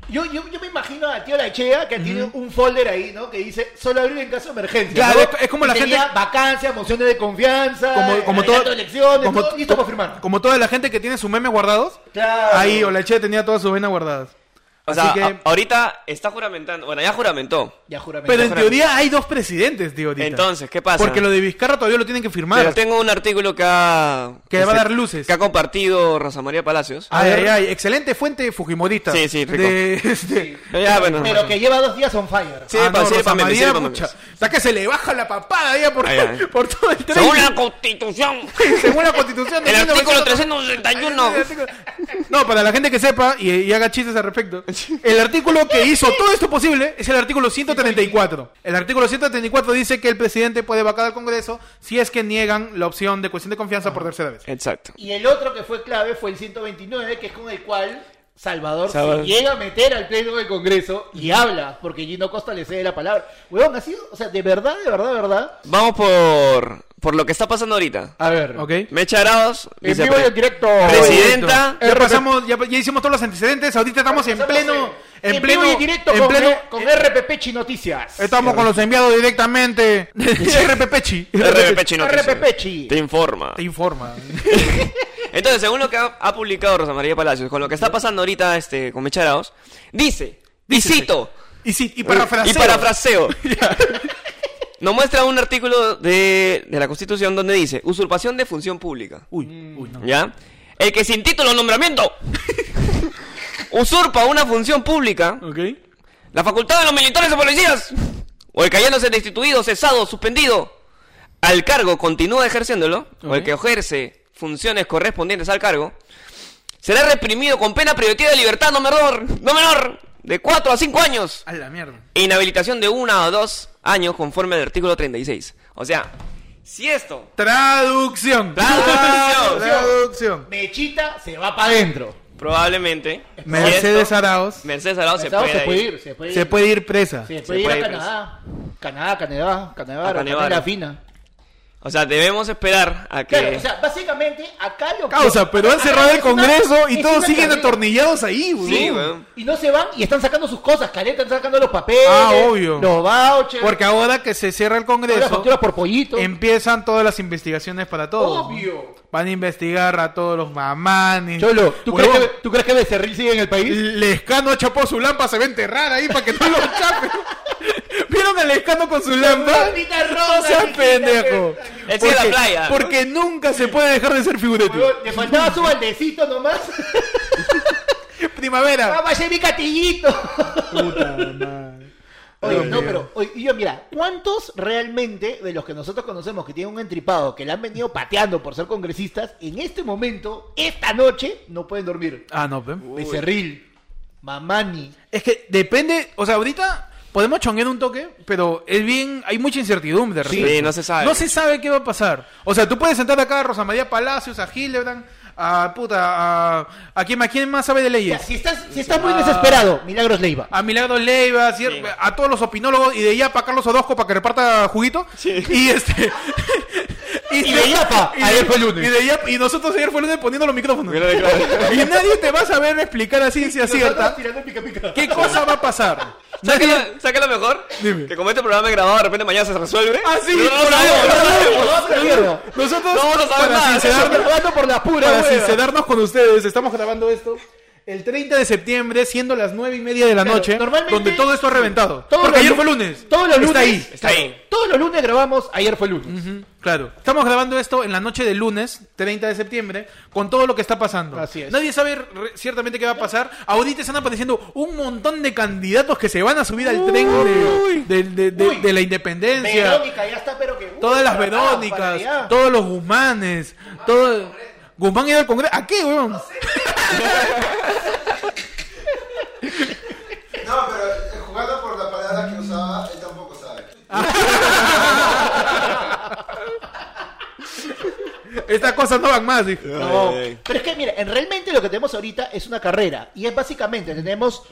S3: Yo, yo, yo me imagino a tío Lachea que tiene un folder ahí, ¿no? Que dice solo abrir en caso de emergencia.
S1: Claro,
S3: ¿no?
S1: es- es como la
S3: Y tenía
S1: gente-
S3: Vacancias, mociones de confianza.
S1: Como, como,
S3: eh,
S1: todo-
S3: adelanto de elecciones,
S1: como-
S3: todo listo para firmar.
S1: como toda la gente que tiene sus memes guardados.
S3: Claro.
S1: Ahí, Olache tenía todas sus venas guardadas.
S2: O
S1: Así
S2: sea,
S1: que-
S2: a- ahorita está juramentando. Bueno, ya juramentó.
S3: Ya juramento.
S1: Pero en teoría hay dos presidentes, tío. ahorita.
S2: Entonces, ¿qué pasa?
S1: Porque lo de Vizcarra todavía lo tienen que
S2: Pero
S1: firmar.
S2: tengo un artículo que ha...
S1: Que va a dar luces. Ah,
S2: Que ha compartido Rosa María Palacios.
S1: Ay, ay, ay, excelente fuente fujimorista.
S2: Sí, sí, rico.
S1: De, este- Ah,
S2: Ya, bueno.
S3: Pero que lleva dos días on fire.
S2: Sí, pa- sí,
S1: Rosa
S2: pa' memes,
S1: María,
S2: sí, pa' memes.
S1: pucha, Hasta que se le baja la papada ya por,
S2: Ay, ay.
S1: [laughs] por todo el tren.
S2: Según
S1: [laughs]
S2: la Constitución,
S1: Según la constitución de
S2: el artículo
S1: 1900. [laughs]
S2: 361.
S1: No, para la gente que sepa y, y haga chistes al respecto, el artículo que hizo todo esto posible es el artículo 134. El artículo 134 dice que el presidente puede vacar al Congreso si es que niegan la opción de cuestión de confianza por tercera vez.
S2: Exacto.
S3: Y el otro que fue clave fue el 129, que es con el cual Salvador,
S2: Salvador.
S3: se llega a meter al pleno del Congreso y habla, porque Gino Costa le cede la palabra. Huevón, ha sido, o sea, de verdad, de verdad, de verdad.
S2: Vamos por, por lo que está pasando ahorita.
S3: A ver.
S1: ¿Ok?
S2: Mecha Arauz,
S3: En
S2: vicepre-
S3: vivo y en directo.
S2: Presidenta.
S1: Ya pasamos, ya, ya hicimos todos los antecedentes, ahorita estamos en pleno, en
S3: vivo
S1: pleno,
S3: y en directo
S1: en
S3: con, E-
S1: pleno, eh,
S3: con RPP Chinoticias.
S1: estamos con los enviados directamente. RPPchi.
S2: RPP Chino Oficial.
S3: RPP Chi.
S2: Te informa.
S1: Te informa. [laughs]
S2: Entonces, según lo que ha, ha publicado Rosa María Palacios, con lo que está pasando ahorita este, con Mecha Arauz, dice, y cito,
S1: Y sí, y parafraseo.
S2: y
S1: [laughs]
S2: parafraseo, nos muestra un artículo de, de la Constitución donde dice, usurpación de función pública.
S1: Uy, uy, no.
S2: ¿Ya? El que sin título
S1: [laughs]
S2: o nombramiento usurpa una función pública,
S1: ¿Ok?
S2: la facultad de los militares o policías, o el que hallándose destituido, cesado, suspendido al cargo continúa ejerciéndolo, o el
S1: Ok.
S2: que ejerce funciones correspondientes al cargo, será reprimido con pena privativa de libertad no menor, no menor de 4 a 5 años
S1: A la mierda.
S2: e inhabilitación de 1 o 2 años conforme al artículo 36. O sea, si esto...
S1: Traducción.
S2: Traducción.
S1: Traducción.
S3: Mechita se va para adentro.
S2: Probablemente. si
S1: Mercedes
S2: esto-
S1: Arauz
S2: Mercedes Arao se,
S3: Pensaba,
S2: puede ir.
S3: ir, se puede ir.
S1: se puede ir presa.
S3: Se puede
S2: se
S3: ir
S2: puede
S3: a
S2: ir, pues.
S3: Canadá. Canadá, Canadá,
S2: A
S3: Canadá,
S2: Canevaro.
S3: Canadá fina.
S2: O sea, debemos esperar a que.
S3: Claro, o sea, básicamente acá lo que-
S1: Causa, pero han cerrado el
S3: Es una-
S1: Congreso y
S3: es
S1: todos
S3: una
S1: siguen
S3: carrera.
S1: atornillados ahí, güey.
S2: sí, weón.
S3: Y no se van y están sacando sus cosas, careta, están sacando los papeles,
S1: Ah, obvio.
S3: los vouchers,
S1: Porque ahora que se cierra el
S3: todas las
S1: Congreso,
S3: facturas por pollito.
S1: empiezan todas las investigaciones para todos.
S3: Obvio.
S1: Van a investigar a todos los mamanes.
S3: Cholo, ¿tú
S1: Huevón,
S3: crees, que, ¿tú crees que Becerril sigue en el país?
S1: Lescano chapó su lampa, se va a enterrar ahí para que no lo [laughs] chapen. ¿Vieron a Lescano con su lampa?
S3: Lampita rosa,
S1: No seas
S3: chiquita,
S1: pendejo.
S2: Él sigue en la playa.
S1: Porque nunca se puede dejar de ser figurativo.
S3: Huevón, Le faltaba su baldecito nomás.
S1: [laughs] Primavera.
S3: Vamos a hacer mi catillito. Oye, no, pero oye, y yo mira, ¿cuántos realmente de los que nosotros conocemos que tienen un entripado, que le han venido pateando por ser congresistas, en este momento, esta noche, no pueden dormir?
S1: Ah, no, pe.
S3: Becerril, Mamani.
S1: Es que depende, o sea, ahorita podemos chonguear un toque, pero es bien, hay mucha incertidumbre. al
S2: Sí,
S1: respecto.
S2: no se sabe.
S1: No se sabe qué va a pasar. O sea, tú puedes sentar acá a Rosa María Palacios, a Hildebrand, a puta, a, a quien, a quien más sabe de
S3: Ya,
S1: leyes.
S3: si estás, si estás
S1: Ah.
S3: muy desesperado, Milagros Leiva.
S1: A Milagro Leiva, a, cier-
S2: Sí.
S1: a todos los opinólogos y de Yapa a Carlos Odosco para que reparta juguito. Y este.
S2: [laughs]
S3: Y de Yapa, ayer fue lunes.
S1: Y, de Yapa- y nosotros ayer fue lunes poniendo los micrófonos.
S2: Mira, claro.
S1: Y nadie te va a saber explicar a ciencia cierta qué cosa va a pasar.
S2: ¿Sabes
S1: Nadie-
S2: qué lo- ¿Sabes qué es lo mejor?
S1: Dime.
S2: Que como este programa es grabado, de repente mañana se resuelve.
S1: Ah, sí,
S2: No,
S1: por
S2: lo sabemos,
S1: favor,
S2: no lo sabemos.
S1: Nosotros,
S2: No vamos a saber
S1: para
S2: nada,
S1: sincerarnos,
S2: [laughs]
S3: por la pura
S1: para
S3: hueva.
S1: sincerarnos con ustedes, estamos grabando esto el 30 de septiembre, siendo las 9 y media de la
S3: Claro,
S1: noche,
S3: normalmente-
S1: donde todo esto ha reventado.
S3: Todos
S1: Porque
S3: los
S1: ayer
S3: lu-
S1: fue lunes.
S3: Todos los lunes.
S1: Está ahí.
S2: Está ahí.
S3: Todos los lunes grabamos, ayer fue lunes.
S1: Ujú, Claro. Estamos grabando esto en la noche del lunes, 30 de septiembre, con todo lo que está pasando.
S3: Así es.
S1: Nadie sabe re- ciertamente qué va a pasar. Ahorita están apareciendo un montón de candidatos que se van a subir al tren de, del- de- de-
S3: Uy.
S1: de la independencia.
S3: Verónica, ya está, pero que.
S1: Todas las
S3: Ah, para
S1: Verónicas,
S3: allá.
S1: todos los Guzmanes, todo... Guzmán iba al Congreso. ¿A qué, weón?
S4: No, pero eh, jugando por la palabra que usaba, él tampoco sabe.
S1: Estas cosas no van más, dijo.
S3: No,
S2: Ay, ay.
S3: pero es que, mira, en- realmente lo que tenemos ahorita es una carrera. Y es básicamente, tenemos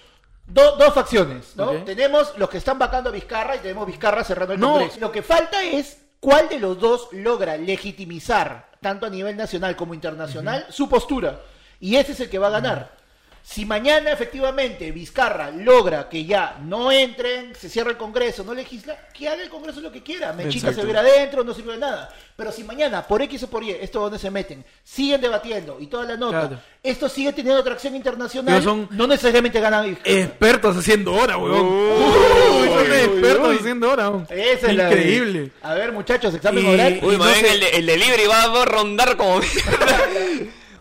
S3: do- dos facciones, ¿no?
S1: Ok.
S3: Tenemos los que están vacando a Vizcarra y tenemos Vizcarra cerrando el
S1: No.
S3: Congreso. Lo que falta es cuál de los dos logra legitimizar, tanto a nivel nacional como internacional, su postura. Y ese es el que va a ganar. Si mañana efectivamente Vizcarra logra que ya no entren, se cierra el Congreso, no legisla, que haga el Congreso lo que quiera. Mechita se
S1: Exacto.
S3: verá adentro, no sirve de nada. Pero si mañana, por X o por Y, esto donde se meten, siguen debatiendo y toda la nota,
S1: Claro.
S3: esto sigue teniendo atracción internacional,
S1: Pero son- Eh,
S3: no necesariamente ganan. Vizcarra.
S1: Expertos haciendo hora, weón. Uy, son expertos haciendo hora, weón.
S3: Esa es la de-
S1: Increíble.
S3: A ver, muchachos, examen
S1: Y-
S3: oral.
S2: Uy,
S1: Y
S2: más
S1: no
S2: bien
S1: sé-
S2: el, de- el delivery va a rondar como [laughs] mierda.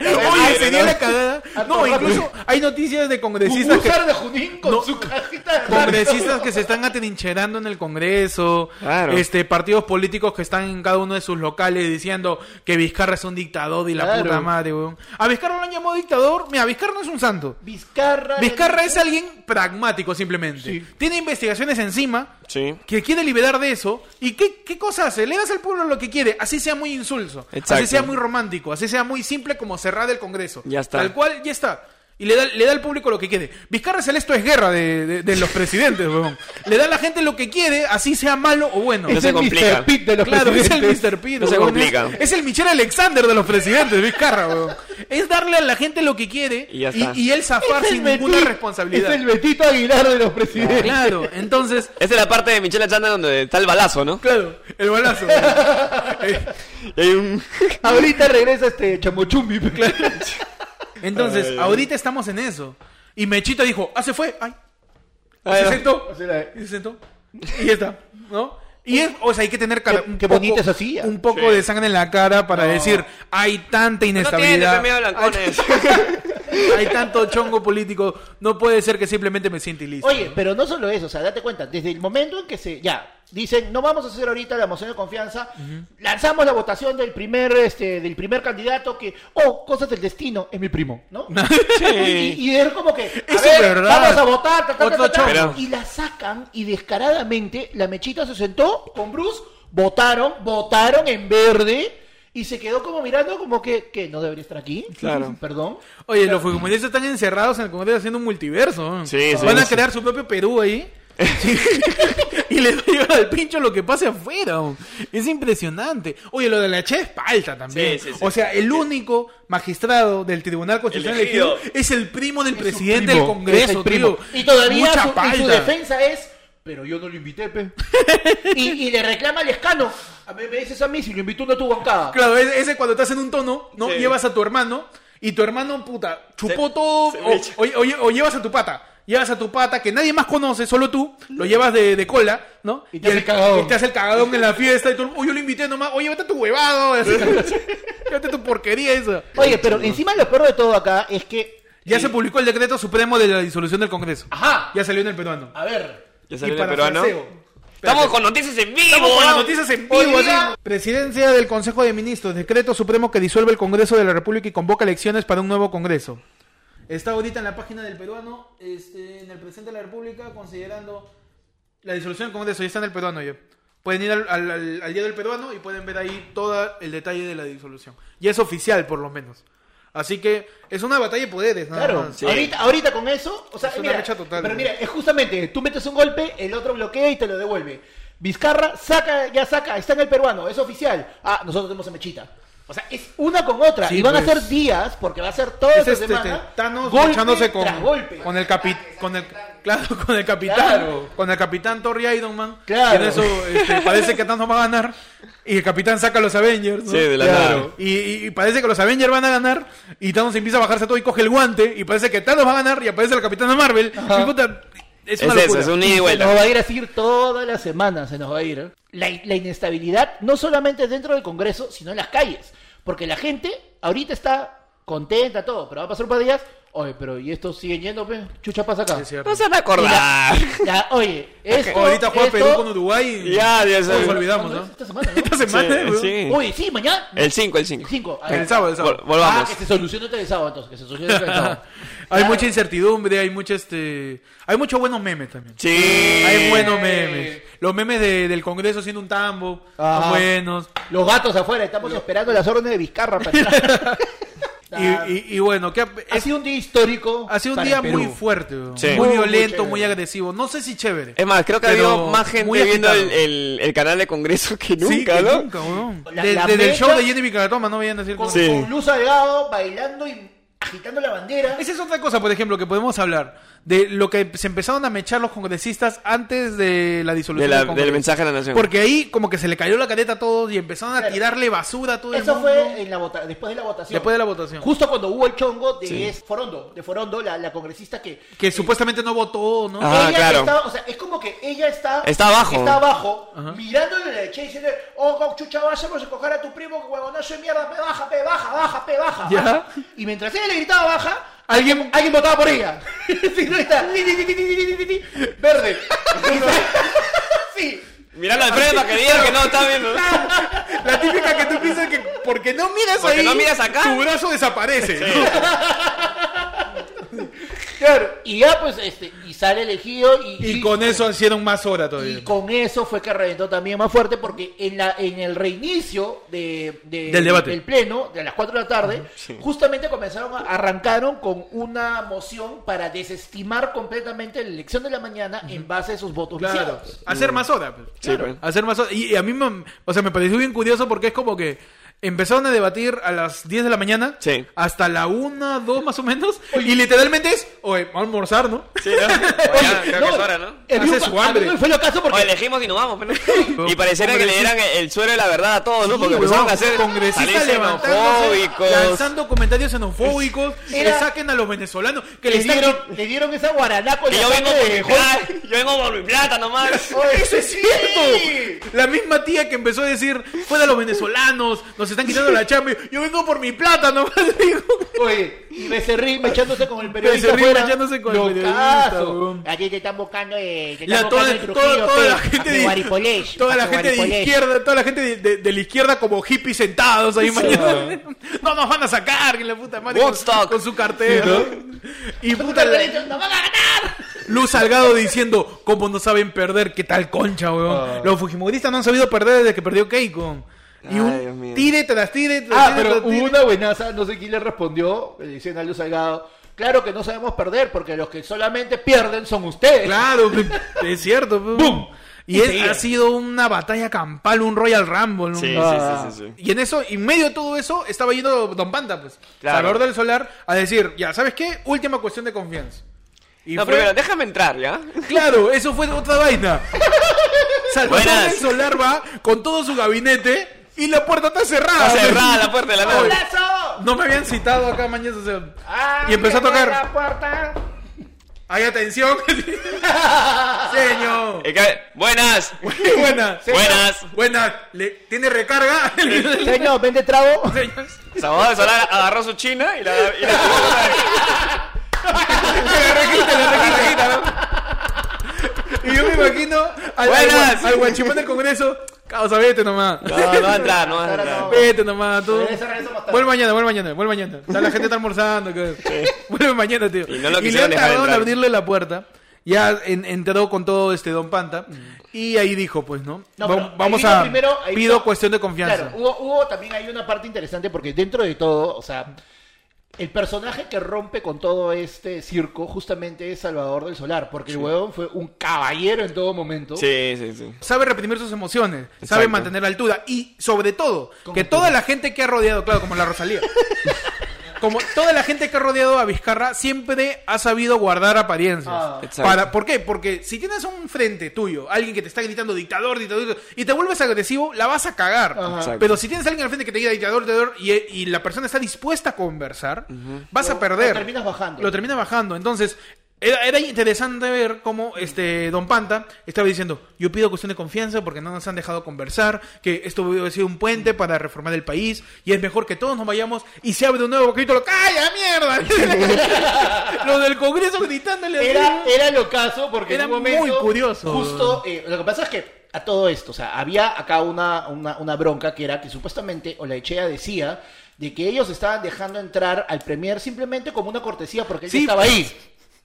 S1: Oye, sería
S2: ¿no?
S1: la cagada. No, incluso hay noticias de
S3: Un
S1: congresistas que,
S3: gusano de Junín con
S1: No.
S3: su cajita de
S1: congresistas que se están atrincherando en el Congreso,
S2: Claro.
S1: este partidos políticos que están en cada uno de sus locales diciendo que Vizcarra es un dictador y la
S3: Claro.
S1: puta madre, weón. A Vizcarra lo han llamado dictador, mira, Vizcarra no es un santo.
S3: Vizcarra.
S1: Vizcarra es alguien pragmático simplemente.
S3: Sí.
S1: Tiene investigaciones encima
S2: Sí.
S1: que quiere liberar de eso. ¿Y qué, qué cosa hace? Le das al pueblo lo que quiere, así sea muy insulso, así
S2: Exacto.
S1: sea muy romántico, así sea muy simple como cerrar el Congreso.
S2: Ya está.
S1: Tal cual, ya está. Y le da, le da al público lo que quiere. Vizcarra Celesto es guerra de, de- de los presidentes, [laughs] weón. Le da a la gente lo que quiere, así sea malo o bueno.
S2: No
S3: Es
S2: se
S3: el
S2: complica.
S3: Mr. Pitt de los
S1: Claro, es el
S3: presidentes.
S1: Mr. Pitt.
S2: No se
S1: weón.
S2: complica.
S1: Es, es el Michelle Alexander de los presidentes, Vizcarra, weón. Es darle a la gente lo que quiere
S2: Y ya está.
S1: él zafar
S3: Es el
S1: sin ninguna
S3: Betit-
S1: responsabilidad.
S3: Es el Betito Aguilar de los presidentes.
S1: Claro, entonces,
S2: Esa es la parte de Michelle Chanda donde está el balazo, ¿no?
S1: claro, el balazo. weón. Eh,
S2: Y hay un...
S3: Ahorita regresa este chamochumbi. pe.
S1: Entonces, ahorita estamos en eso. Y Mechita dijo, ah, se fue, ay. Y
S2: Ay,
S1: se
S2: no.
S1: sentó.
S3: Así la-
S1: Y se sentó. Y ya está, ¿no? Y es, o sea, hay que tener cara-
S3: Qué-
S1: un
S3: qué
S1: poco-
S3: bonita esa silla.
S1: Un poco de sangre en la cara para decir, hay tanta
S2: No tiene,
S1: inestabilidad.
S2: pe, medio blancones.
S1: hay tanto chongo político. No puede ser que simplemente me siente listo.
S3: Oye, pero no solo eso, o sea, date cuenta, desde el momento en que se, ya, dicen, no vamos a hacer ahorita la moción de confianza, lanzamos la votación del primer, este, del primer candidato que, oh, cosas del destino, es mi primo,
S1: [laughs]
S3: ¿no? Y, y es como que, a
S1: Eso
S3: ver,
S1: es verdad.
S3: vamos a votar, ta, ta, ta,
S1: Otro
S3: ta, ta.
S2: chongo.
S3: y la sacan y descaradamente la mechita se sentó con Bruce, votaron, votaron en verde. Y se quedó como mirando como que, que no debería estar aquí.
S2: Claro.
S3: [laughs] Perdón.
S1: Oye, los fujimoristas están encerrados en el Congreso haciendo un multiverso. ¿eh?
S2: Sí, sí,
S1: Van a
S2: sí.
S1: crear su propio Perú
S2: [laughs]
S1: ahí. Sí. y les va a llevar al pincho lo que pase afuera. ¿no? Es impresionante. Oye, lo de la Che es palta también.
S2: Sí, sí, sí.
S1: O sea, el único magistrado del Tribunal Constitucional elegido,
S2: Elegido.
S1: es el primo del presidente
S3: primo,
S1: del Congreso,
S3: es el primo.
S1: tío.
S3: Y todavía
S1: Mucha
S3: su, y su
S1: palta.
S3: defensa es, pero yo no lo invité, pe. [laughs] y, y le reclama al escano, a mí me dices a mí si lo invitó no tuvo bancada.
S1: Claro, ese, ese cuando estás en un tono, ¿no?
S2: Sí.
S1: Llevas a tu hermano y tu hermano, puta, chupó
S2: Se-
S1: todo
S2: se
S1: o,
S2: echa.
S1: o- o- o llevas a tu pata. Llevas a tu pata que nadie más conoce, solo tú, lo llevas de, de cola, ¿no?
S3: Y te hace el cagadón.
S1: y te hace el cagadón en la fiesta y tú, uy, yo lo invité nomás, oye, vete a tu huevado, [laughs] así, vete a tu porquería eso.
S3: Oye, pero encima lo peor de todo acá es que...
S1: Ya
S3: eh,
S1: se publicó el decreto supremo de la disolución del Congreso.
S3: Ajá.
S1: Ya salió en el peruano.
S3: A ver.
S2: Ya salió
S1: Y
S2: el peruano.
S1: parafraseo.
S2: Estamos con noticias en vivo.
S1: Estamos con las
S2: ¿no?
S1: noticias en vivo.
S3: Hoy día-
S1: así. Presidencia del Consejo de Ministros, decreto supremo que disuelve el Congreso de la República y convoca elecciones para un nuevo Congreso. Está ahorita en la página del peruano, este, en el presidente de la República, considerando la disolución del Congreso. Ya está en el peruano ya. Pueden ir al, al- al- al día del peruano y pueden ver ahí todo el detalle de la disolución. Y es oficial, por lo menos. Así que es una batalla de poderes. nada
S3: Claro,
S1: más.
S3: ahorita, ahorita con eso, o sea,
S1: Ah, Es una
S3: mira,
S1: brecha total.
S3: pero mira, es justamente, tú metes un golpe, el otro bloquea y te lo devuelve. Vizcarra saca, ya saca, está en el peruano, es oficial. Ah, nosotros tenemos a Mechita. O sea, es una con otra.
S1: Sí,
S3: y van a
S1: pues.
S3: ser días, porque va a ser toda
S1: Es
S3: esta
S1: este,
S3: semana.
S1: este, Thanos
S3: golpe
S1: luchándose con,
S3: tras golpe. Ah,
S1: con el capi- con el claro, [laughs] con el capitán,
S3: Claro.
S1: con el capitán Thor y Iron Man.
S3: Claro.
S1: Y en eso este, parece que Thanos va a ganar y el capitán saca a los Avengers. ¿no?
S2: Sí, de la nada.
S1: Y, y- y parece que los Avengers van a ganar y Thanos empieza a bajarse todo y coge el guante y parece que Thanos va a ganar y aparece el capitán de Marvel. Y puta, es
S2: Es,
S1: una
S2: eso,
S1: locura.
S2: es un ida y
S3: Se
S2: vuelta.
S3: nos va a ir así toda la semana, se nos va a ir. ¿eh? La, la inestabilidad no solamente dentro del Congreso, sino en las calles. Porque la gente ahorita está contenta, todo, pero va a pasar un par de días. Oye, pero ¿y estos siguen yendo? pe? Chucha pasa acá.
S1: Es cierto.
S2: No se van a acordar.
S3: Ya, oye, esto,
S1: Ahorita juega
S3: esto-
S1: Perú con Uruguay. y
S2: Ya, Dios
S1: nos
S2: mío.
S1: olvidamos,
S3: ¿Cuándo
S1: ¿no?
S3: es? Esta semana,
S1: [laughs]
S3: ¿no?
S1: Esta semana,
S2: Sí,
S1: weón.
S2: sí.
S3: Oye, sí, mañana.
S2: El 5, el
S3: El
S2: 5.
S3: 5.
S1: El sábado, el sábado.
S3: Ah,
S2: Volvamos.
S3: que se solucione todo el sábado, entonces. Que se solucione este todo el sábado.
S1: Hay
S3: Claro.
S1: mucha incertidumbre, hay mucho este, hay muchos buenos memes también.
S2: Sí.
S1: Hay buenos memes. Los memes de- del Congreso haciendo un tambo.
S3: Ajá.
S1: Son buenos.
S3: Los gatos afuera, estamos esperando las órdenes de Vizcarra [laughs] para entrar.
S1: [laughs] Y, y- y bueno, que ha,
S3: Ha
S1: es-
S3: sido un día histórico.
S1: ha sido un
S3: para
S1: día
S3: Perú.
S1: muy fuerte. weón.
S2: Sí.
S1: Muy
S3: Muy,
S1: violento,
S3: muy
S1: muy
S3: chévere.
S1: agresivo. No sé si chévere.
S2: Es más, creo que ha
S1: Pero
S2: habido más gente
S1: muy
S2: viendo el,
S1: agitado.
S2: el- el canal de Congreso que
S1: Sí,
S2: nunca,
S1: que
S2: ¿no?
S1: nunca, weón.
S3: La-
S1: De-
S3: la
S1: Desde el
S3: mecha-
S1: show de Jenny Picaratoma no veían decir
S3: Con,
S1: cosas.
S2: Sí.
S3: con Luz Salgado bailando y agitando la bandera.
S1: Esa es otra cosa, por ejemplo, que podemos hablar. De lo que se empezaron a mechar los congresistas antes de la
S2: De
S1: disolución
S2: la-
S1: del Congreso.
S2: del mensaje a la nación.
S1: Porque ahí como que se le cayó la careta a todos y empezaron a
S3: Claro.
S1: tirarle basura a todo el
S3: Eso
S1: mundo.
S3: fue en la vota- después de la votación.
S1: Después de la votación.
S3: Justo cuando hubo el chongo de es- Forondo, de Forondo, la, la congresista que...
S1: Que supuestamente no votó, ¿no?
S2: Ah,
S3: ella
S2: claro.
S3: estaba- o sea, es como que ella está...
S2: Está abajo.
S3: Está abajo, mirándole la derecha y diciendo, oh, con chucha, vayamos a coger a tu primo, que huevonazo de mierda, pe, baja, pe, baja, baja, pe, baja.
S1: Ya.
S3: baja". Y mientras ella le gritaba baja,
S1: Alguien-
S3: alguien votaba por ella. [laughs] Sí, no está. Ti, ti, ti, ti, ti, ti, ti, ti,
S1: [laughs]
S3: Verde. sí.
S2: Miralo al frente para que digan que no está viendo.
S1: La típica que tú piensas que porque no miras
S2: Porque
S1: ahí,
S2: no miras acá.
S1: tu brazo desaparece. ¿no?
S3: Claro. Y ya pues, este, y sale elegido y...
S1: Y con eso hicieron más hora todavía.
S3: Y con eso fue que reventó también más fuerte porque en, la, en el reinicio de, de-
S1: Del debate.
S3: pleno, de las 4 de la tarde, justamente comenzaron, a- arrancaron con una moción para desestimar completamente la elección de la mañana en base a sus votos
S1: Claro.
S3: viciados.
S1: Hacer más hora. pues.
S2: Sí, pues.
S1: Hacer más hora. Y, y a mí me, o sea, me pareció bien curioso porque es como que empezaron a debatir a las 10 de la mañana
S2: Sí.
S1: hasta la 1, 2 más o menos. Y literalmente es, oye, vamos a almorzar, ¿no?
S2: Sí, ¿no? Ya, creo que es hora, ¿no?
S3: el
S1: Hace
S3: grupo-
S1: su hambre.
S3: a mí me fue lo caso
S2: O
S3: porque
S2: elegimos y nos vamos, pero- Y pareciera que le dieran el suelo de la verdad a todos, ¿no?
S1: Sí,
S2: Porque
S1: huevón,
S2: empezaron a hacer
S1: congresistas
S2: salirse
S1: levantándose,
S2: homofóbicos.
S1: lanzando comentarios xenofóbicos, que
S3: Era-
S1: saquen a los venezolanos, que
S3: le
S1: les
S3: dieron,
S1: dieron...
S3: le dieron esa guaraná con
S2: Que
S3: la
S2: yo vengo
S3: sangre
S2: por mi
S3: de Hulk.
S2: plata, yo vengo por mi plata nomás.
S1: ¡Eso es cierto! La misma tía que empezó a decir, fuera los venezolanos, nos están quitando la chamba. Yo vengo por mi plata, nomás [laughs] digo.
S3: Oye,
S1: [laughs]
S3: y Becerril machándose con el periodista
S1: Becerril
S3: afuera.
S1: machándose con el
S3: Locazo.
S1: periodista, weón.
S3: Aquí te están buscando, eh, te están
S1: La, toda,
S3: buscando
S1: toda- toda la
S3: pe,
S1: gente
S3: a tu
S1: de,
S3: Guaripolés,
S1: toda
S3: a
S1: la
S3: tu
S1: gente de
S3: Guaripolés.
S1: izquierda, toda la gente de, de- de la izquierda como hippies sentados ahí mañana.
S3: Ah.
S1: [laughs] No nos van a sacar, que la puta madre. Con,
S2: Woodstock.
S1: con su cartera. [laughs] Y puta, la-
S3: Cartelito, ¡Nos van a ganar!
S1: Luz Salgado diciendo cómo no saben perder, qué tal concha,
S3: Ah.
S1: weón. Los fujimoristas no han sabido perder desde que perdió Keiko. Y
S2: Ay,
S1: un
S2: Dios mío.
S1: tire tras tire tras
S3: Ah,
S1: tire
S3: pero
S1: tras tire.
S3: hubo una buenaza, no sé quién le respondió, le dicen a Luz Salgado, claro que no sabemos perder, porque los que solamente pierden son ustedes.
S1: Claro, pe- es cierto. pe- Y
S3: Y
S1: es-
S3: seguía.
S1: ha sido una batalla campal, un Royal Rumble. ¿no?
S2: Sí,
S3: Ah.
S2: sí, sí, sí, sí.
S1: Y en eso, en medio de todo eso, estaba yendo Don Panda, pues.
S2: Claro.
S1: Salvador del Solar, a decir, ya, ¿sabes qué? Última cuestión de confianza. Y
S2: No,
S1: fue-
S2: primero, déjame entrar, ¿ya?
S1: Claro, eso fue otra vaina. Salvador
S2: Buenas.
S1: del Solar va con todo su gabinete y la puerta está cerrada. pues.
S2: Está cerrada la puerta de la nave.
S3: ¡Golazo!
S1: No me habían citado acá, mañana. o sea,
S3: Ah,
S1: y empezó a
S3: mierda,
S1: tocar.
S3: puerta.
S1: Hay atención. [laughs] Señor.
S2: Y que- Buenas.
S3: [laughs]
S1: Buenas.
S2: Buenas.
S1: Buenas. ¿Le- ¿Tiene recarga? [laughs]
S3: Señor, vende trago.
S2: Salvador Solar agarró su china y la... [laughs] y la-
S1: Y yo me imagino al, al,
S2: Buenas.
S1: gua- al guachimán del Congreso. Causa, vete nomás.
S2: No, no va a entrar, no va a entrar.
S3: no.
S1: Vete nomás, tú.
S3: Regresa, regresa más tarde.
S1: Vuelve mañana, vuelve mañana, vuelve mañana. Ya la gente está almorzando. que- Vuelve mañana, tío.
S2: Y no lo
S1: le
S2: quisieron
S1: han
S2: dejar
S1: tardado en
S2: entrar.
S1: abrirle la puerta. Ya en- entró con todo este Don Panta.
S2: Mm.
S1: Y ahí dijo, pues, ¿no?
S3: No,
S1: Va-
S3: pero ahí
S1: vamos
S3: vino
S1: a.
S3: primero- ahí
S1: pido
S3: vino-
S1: cuestión de confianza.
S3: Claro, hubo, hubo también hay una parte interesante porque dentro de todo, o sea, El personaje que rompe con todo este circo justamente es Salvador del Solar, porque el huevón fue un caballero en todo momento.
S2: Sí, sí, sí.
S1: Sabe reprimir sus emociones, sabe
S2: Exacto.
S1: mantener la altura y sobre todo
S3: Con
S1: que
S3: altura.
S1: toda la gente que ha rodeado, claro, como la
S3: [laughs]
S1: Rosalía. Como toda la gente que ha rodeado a Vizcarra siempre ha sabido guardar apariencias.
S3: Ah.
S2: Exacto.
S1: Para- ¿Por qué? Porque si tienes a un frente tuyo, alguien que te está gritando dictador, dictador, y te vuelves agresivo, la vas a cagar.
S3: Ajá.
S2: Exacto.
S1: Pero si tienes a alguien al frente que te diga dictador, dictador, y, y la persona está dispuesta a conversar, vas a
S3: Lo-
S1: perder.
S3: lo terminas bajando.
S1: Lo terminas bajando. Entonces, era, era interesante ver cómo este Don Panta estaba diciendo, yo pido cuestión de confianza porque no nos han dejado conversar, que esto hubiera sido un puente para reformar el país, y es mejor que todos nos vayamos y se abre un nuevo capítulo. ¡Calla, mierda! [laughs] Lo del Congreso gritándole. así.
S3: Era, eh, era lo caso porque
S1: Era
S3: en un momento,
S1: muy curioso.
S3: Justo, eh, lo que pasa es que a todo esto, o sea, había acá una, una, una bronca que era que supuestamente Olaechea decía de que ellos estaban dejando entrar al Premier simplemente como una cortesía porque él
S1: Sí.
S3: ya estaba ahí.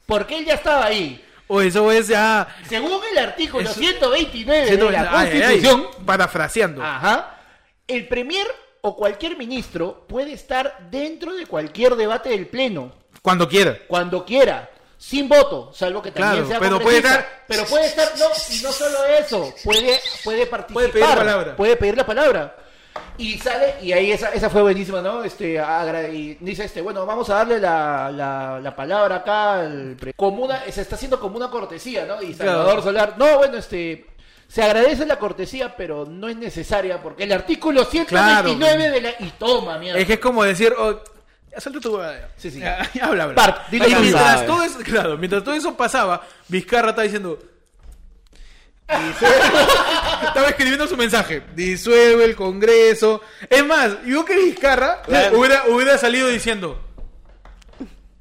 S3: Porque él ya estaba ahí.
S1: O eso es ya...
S3: Según el artículo
S1: Eso-
S3: 129
S1: siendo-
S3: de eh, la
S1: ay, ay, ay,
S3: Constitución, Ah.
S1: parafraseando.
S3: Ajá. El premier o cualquier ministro puede estar dentro de cualquier debate del pleno,
S1: Cuando quiera.
S3: cuando quiera, sin voto, salvo que también
S1: Claro,
S3: sea
S1: pero puede
S3: congresista.
S1: estar-
S3: Pero puede estar, no, y no solo eso, puede, puede participar.
S1: Puede pedir palabra.
S3: Puede pedir la palabra. Y sale, y ahí esa, esa fue buenísima, ¿no? Este, agra- y dice este, bueno, vamos a darle la, la, la palabra acá al pre- como una, se está haciendo como una cortesía, ¿no? Y Salvador
S1: Claro.
S3: Solar, no, bueno, este, se agradece la cortesía, pero no es necesaria, porque el artículo 129
S1: Claro.
S3: de la, y toma, mierda.
S1: Es que es como decir, oh, ya suelta tu huevada.
S3: Sí, sí.
S1: Ya, [laughs] ya habla, habla.
S3: Par- dile
S1: Y
S3: que
S1: mientras
S2: sabe.
S1: todo eso, claro, mientras todo eso pasaba, Vizcarra estaba diciendo.
S2: [laughs]
S1: estaba escribiendo su mensaje. Disuelve el Congreso. Es más, yo que Vizcarra
S2: Claro.
S1: hubiera, hubiera salido diciendo.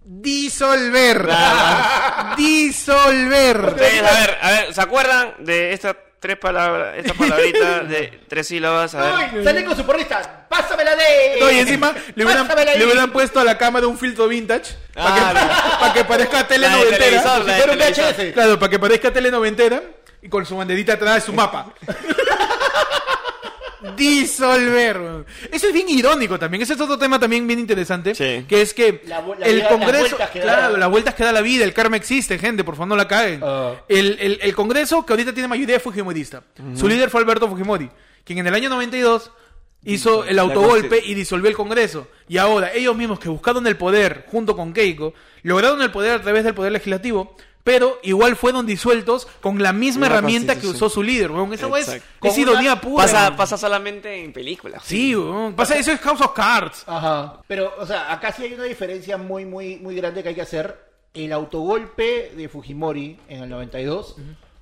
S1: Disolver. [laughs] Disolver.
S2: Ustedes, a ver, a ver, ¿se acuerdan de estas tres palabras,
S3: [laughs]
S2: esta palabrita de tres sílabas? A ver.
S3: Uy, salen con su porrista, pásamela de...
S1: No, y encima le hubieran,
S3: Pásamela de-
S1: le hubieran puesto a la cámara un filtro vintage para
S2: Ah,
S1: que, [laughs] pa' que parezca tele
S2: La de
S1: noventera.
S2: televisor,
S1: Si
S2: la de
S1: fuera un
S2: televisor.
S1: VHS. Claro, para que parezca tele noventera y con su banderita atrás su mapa. Disolver. weón. Eso es bien irónico también. Ese es otro tema también bien interesante.
S2: Sí.
S1: Que es que
S3: La vu- la
S1: el
S3: vida- las
S1: Congreso.
S3: vueltas que da.
S1: claro, las vueltas que da la vida. El karma existe, gente. Por favor, no la caguen.
S3: Ah.
S1: El, el- el Congreso, que ahorita tiene mayoría, es fujimorista. Su líder fue Alberto Fujimori, quien en el año 92 hizo el autogolpe y disolvió el Congreso. Y ahora, ellos mismos que buscaron el poder junto con Keiko, lograron el poder a través del poder legislativo, pero igual fueron disueltos con la misma
S2: La
S1: herramienta que usó
S2: constitución.
S1: su líder. weón. Esa weá es,
S2: Exacto.
S1: es
S3: Con
S1: ironía
S3: una-
S1: pura.
S2: Pasa,
S1: weón.
S2: pasa solamente en películas.
S1: Sí, weón. pasa, eso es House of Cards.
S3: Ajá. Pero, o sea, acá sí hay una diferencia muy, muy, muy grande que hay que hacer. El autogolpe de Fujimori en el 92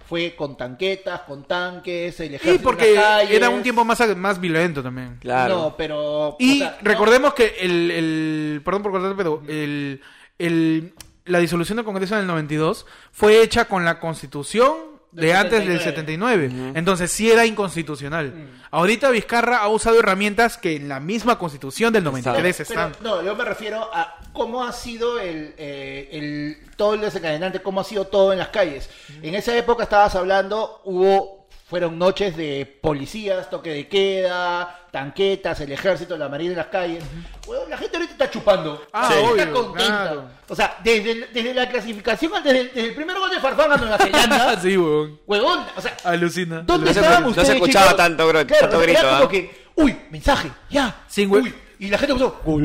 S3: fue con tanquetas, con tanques, el ejército.
S1: Y
S3: en
S1: porque
S3: las calles.
S1: era un tiempo más, más violento también.
S2: Claro.
S3: No, pero.
S1: Y
S3: o sea, no-
S1: recordemos que el, el- Perdón por cortarte, pero el, el- la disolución del Congreso en el 92 fue hecha con la constitución de
S3: Del
S1: antes del 79.
S3: 79.
S1: Entonces sí era inconstitucional.
S3: Mm.
S1: Ahorita Vizcarra ha usado herramientas que en la misma constitución del 93
S3: pero-
S1: están.
S3: [laughs] no, yo me refiero a cómo ha sido el, eh, el- todo el desencadenante, cómo ha sido todo en las calles. En esa época estabas hablando, hubo, fueron noches de policías, toque de queda, tanquetas, el ejército, la marina en las calles. Huevón, la gente ahorita está chupando.
S1: Ah,
S3: La gente
S1: obvio,
S3: está contenta.
S1: claro.
S3: O sea, desde, el- desde la clasificación, desde, el- desde el primer gol de Farfán a Nueva Zelanda,
S1: [laughs] sí, Ah, huevón.
S3: huevón, o sea,
S1: Alucina.
S3: ¿Dónde
S2: No se-
S3: estaban
S2: no se
S3: ustedes,
S2: escuchaba
S3: chicos?
S2: tanto gro-
S3: Claro,
S2: tanto
S3: era
S2: grito,
S3: como
S2: ¿ah?
S3: que, uy, mensaje, ya.
S1: Sin hue-
S3: uy, y la gente puso, "Gol".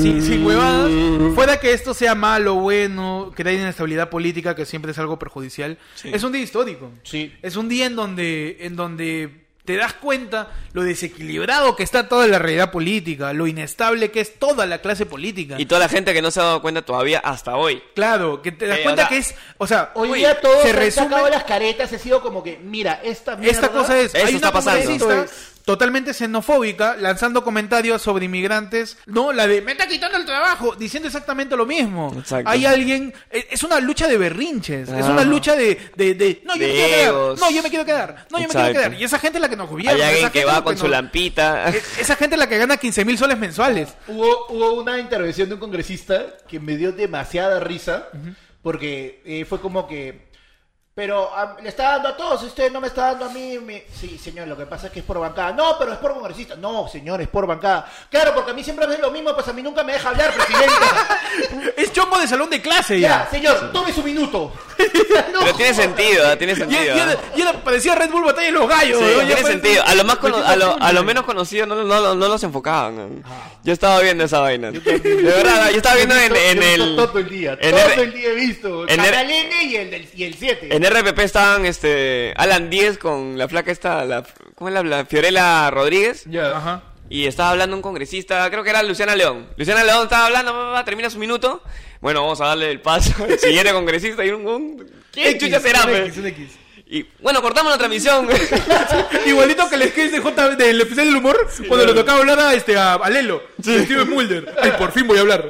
S1: Sin, sin huevadas, fuera que esto sea malo, bueno, que haya inestabilidad política, que siempre es algo perjudicial, es un día histórico.
S3: Sí.
S1: Es un día en donde, en donde te das cuenta lo desequilibrado que está toda la realidad política, lo inestable que es toda la clase política.
S2: Y toda la gente que no se ha dado cuenta todavía hasta hoy.
S1: claro, que te das
S2: Eh,
S1: cuenta
S2: o sea,
S1: que es, o sea,
S3: Hoy
S1: uy,
S3: día todos
S1: se
S3: se han
S1: resume
S3: sacado las caretas, he sido como que, mira, esta mierda...
S1: Esta cosa es,
S2: Eso
S1: hay
S2: está
S1: una
S2: pasando.
S1: congresista
S3: Esto
S1: totalmente xenofóbica lanzando comentarios sobre inmigrantes, no la de me está quitando el trabajo, diciendo exactamente lo mismo.
S2: Exacto.
S1: Hay alguien, e- es una lucha de berrinches, es
S2: Ah.
S1: una lucha de, de, de, no yo me
S2: De
S1: quiero quedar,
S2: egos.
S1: no yo me quiero quedar, no yo me quiero
S2: Exacto.
S1: quedar. Y esa gente es la que nos gobierna.
S2: Hay
S1: esa
S2: alguien que
S1: gente es
S2: va
S1: la
S2: con su
S1: nos-
S3: [laughs]
S2: lampita.
S1: e- Esa gente es la que gana 15 mil soles mensuales.
S3: Hubo, hubo una intervención de un congresista que me dio demasiada risa porque eh, fue como que Pero ah, le está dando a todos, usted no me está dando a mí. mi- Sí, señor, lo que pasa es que es por bancada. No, pero es por congresista. No, señor, es por bancada. Claro, porque a mí siempre me hacen lo mismo, pues a mí nunca me deja
S1: [laughs]
S3: hablar, presidente.
S1: Es chombo de salón de clase
S3: ya,
S1: ya.
S3: señor, tome
S1: [laughs]
S3: su minuto. No
S2: [laughs] Pero tiene
S3: joda.
S2: sentido, ¿ah? tiene
S1: Y
S2: sentido. ¿ah?
S1: era- y era- parecía Red Bull Batalla de los Gallos.
S2: Sí,
S1: ¿no? Ya
S2: tiene
S1: parece-
S2: sentido. A lo más cono- a, lo, a lo menos conocido no, no, no- no los enfocaban. Yo estaba viendo esa vaina. De verdad, yo estaba viendo en,
S3: Ah. Yo he
S2: en
S3: visto
S2: el.
S3: Todo el día,
S2: en
S3: todo
S2: R-
S3: el día he visto.
S2: en
S3: Canal N y el, del- y el 7.
S2: En RPP estaban este Alan 10 con la flaca esta, la, ¿cómo es la, la Fiorella Rodríguez?
S3: Ya.
S1: Ajá.
S2: Y estaba hablando un congresista, creo que era Luciana León. Luciana León estaba hablando, pa, pa, pa, termina su minuto. Bueno, vamos a darle el paso al siguiente congresista y un... un ¿Qué
S3: X,
S2: chucha será?
S3: un
S2: pe?
S3: X, un X.
S2: Y bueno, cortamos la [laughs] transmisión.
S1: Igualito que el sketch de J del especial del humor, cuando le tocaba hablar a, este, a, a Lelo, de Steven Mulder. Ay, por fin voy a hablar.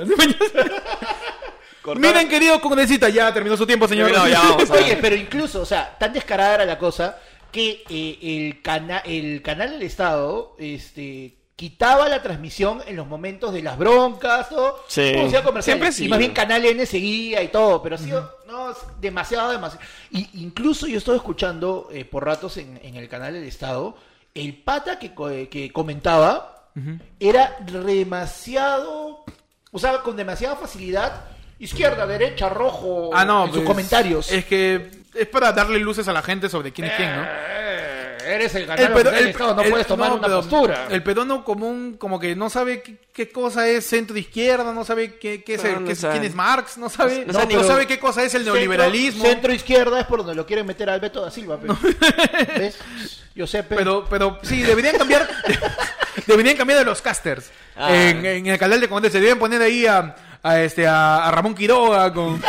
S1: Miren, querido congresista, ya terminó su tiempo, señor.
S2: No, ya
S3: [laughs]
S2: vamos a ver.
S3: Oye, pero incluso, o sea, tan descarada era la cosa que eh, el, cana el canal del Estado este, quitaba la transmisión en los momentos de las broncas, todo.
S2: Sí.
S3: publicidad comercial.
S2: Siempre
S3: Y
S2: sí.
S3: más bien Canal N seguía y todo, pero ha sido no, es demasiado, demasiado. Y incluso yo estoy escuchando eh, por ratos en, en el canal del Estado, el pata que, co- eh, que comentaba era demasiado, usaba con demasiada facilidad. Izquierda, derecha, rojo.
S1: Ah, no,
S3: en sus
S1: pues,
S3: comentarios.
S1: Es que es para darle luces a la gente sobre quién es quién, ¿no?
S3: Eh, Eres el
S1: El
S3: ganador
S1: pedo-
S3: del
S1: el-
S3: Estado, no
S1: el-
S3: puedes tomar
S1: no,
S3: una
S1: pero
S3: postura.
S1: El pedono común como que no sabe qué, qué cosa es centro de izquierda, no sabe qué, qué es el-
S2: No, no
S1: qué es-
S2: sabe.
S1: quién es Marx, no sabe,
S2: No
S1: no,
S2: sabe ni-
S1: pero sabe qué cosa es el neoliberalismo.
S3: Centro izquierda es por donde lo quieren meter a Alberto da Silva. pe. [laughs] ¿Ves? Yo sé, pe.
S1: Pero, pero sí, deberían cambiar. [laughs] deberían cambiar de los casters.
S2: Ah.
S1: En, en el canal de Condés. Se deben poner ahí a, a este, a, a Ramón Quiroga
S2: [laughs]
S1: con.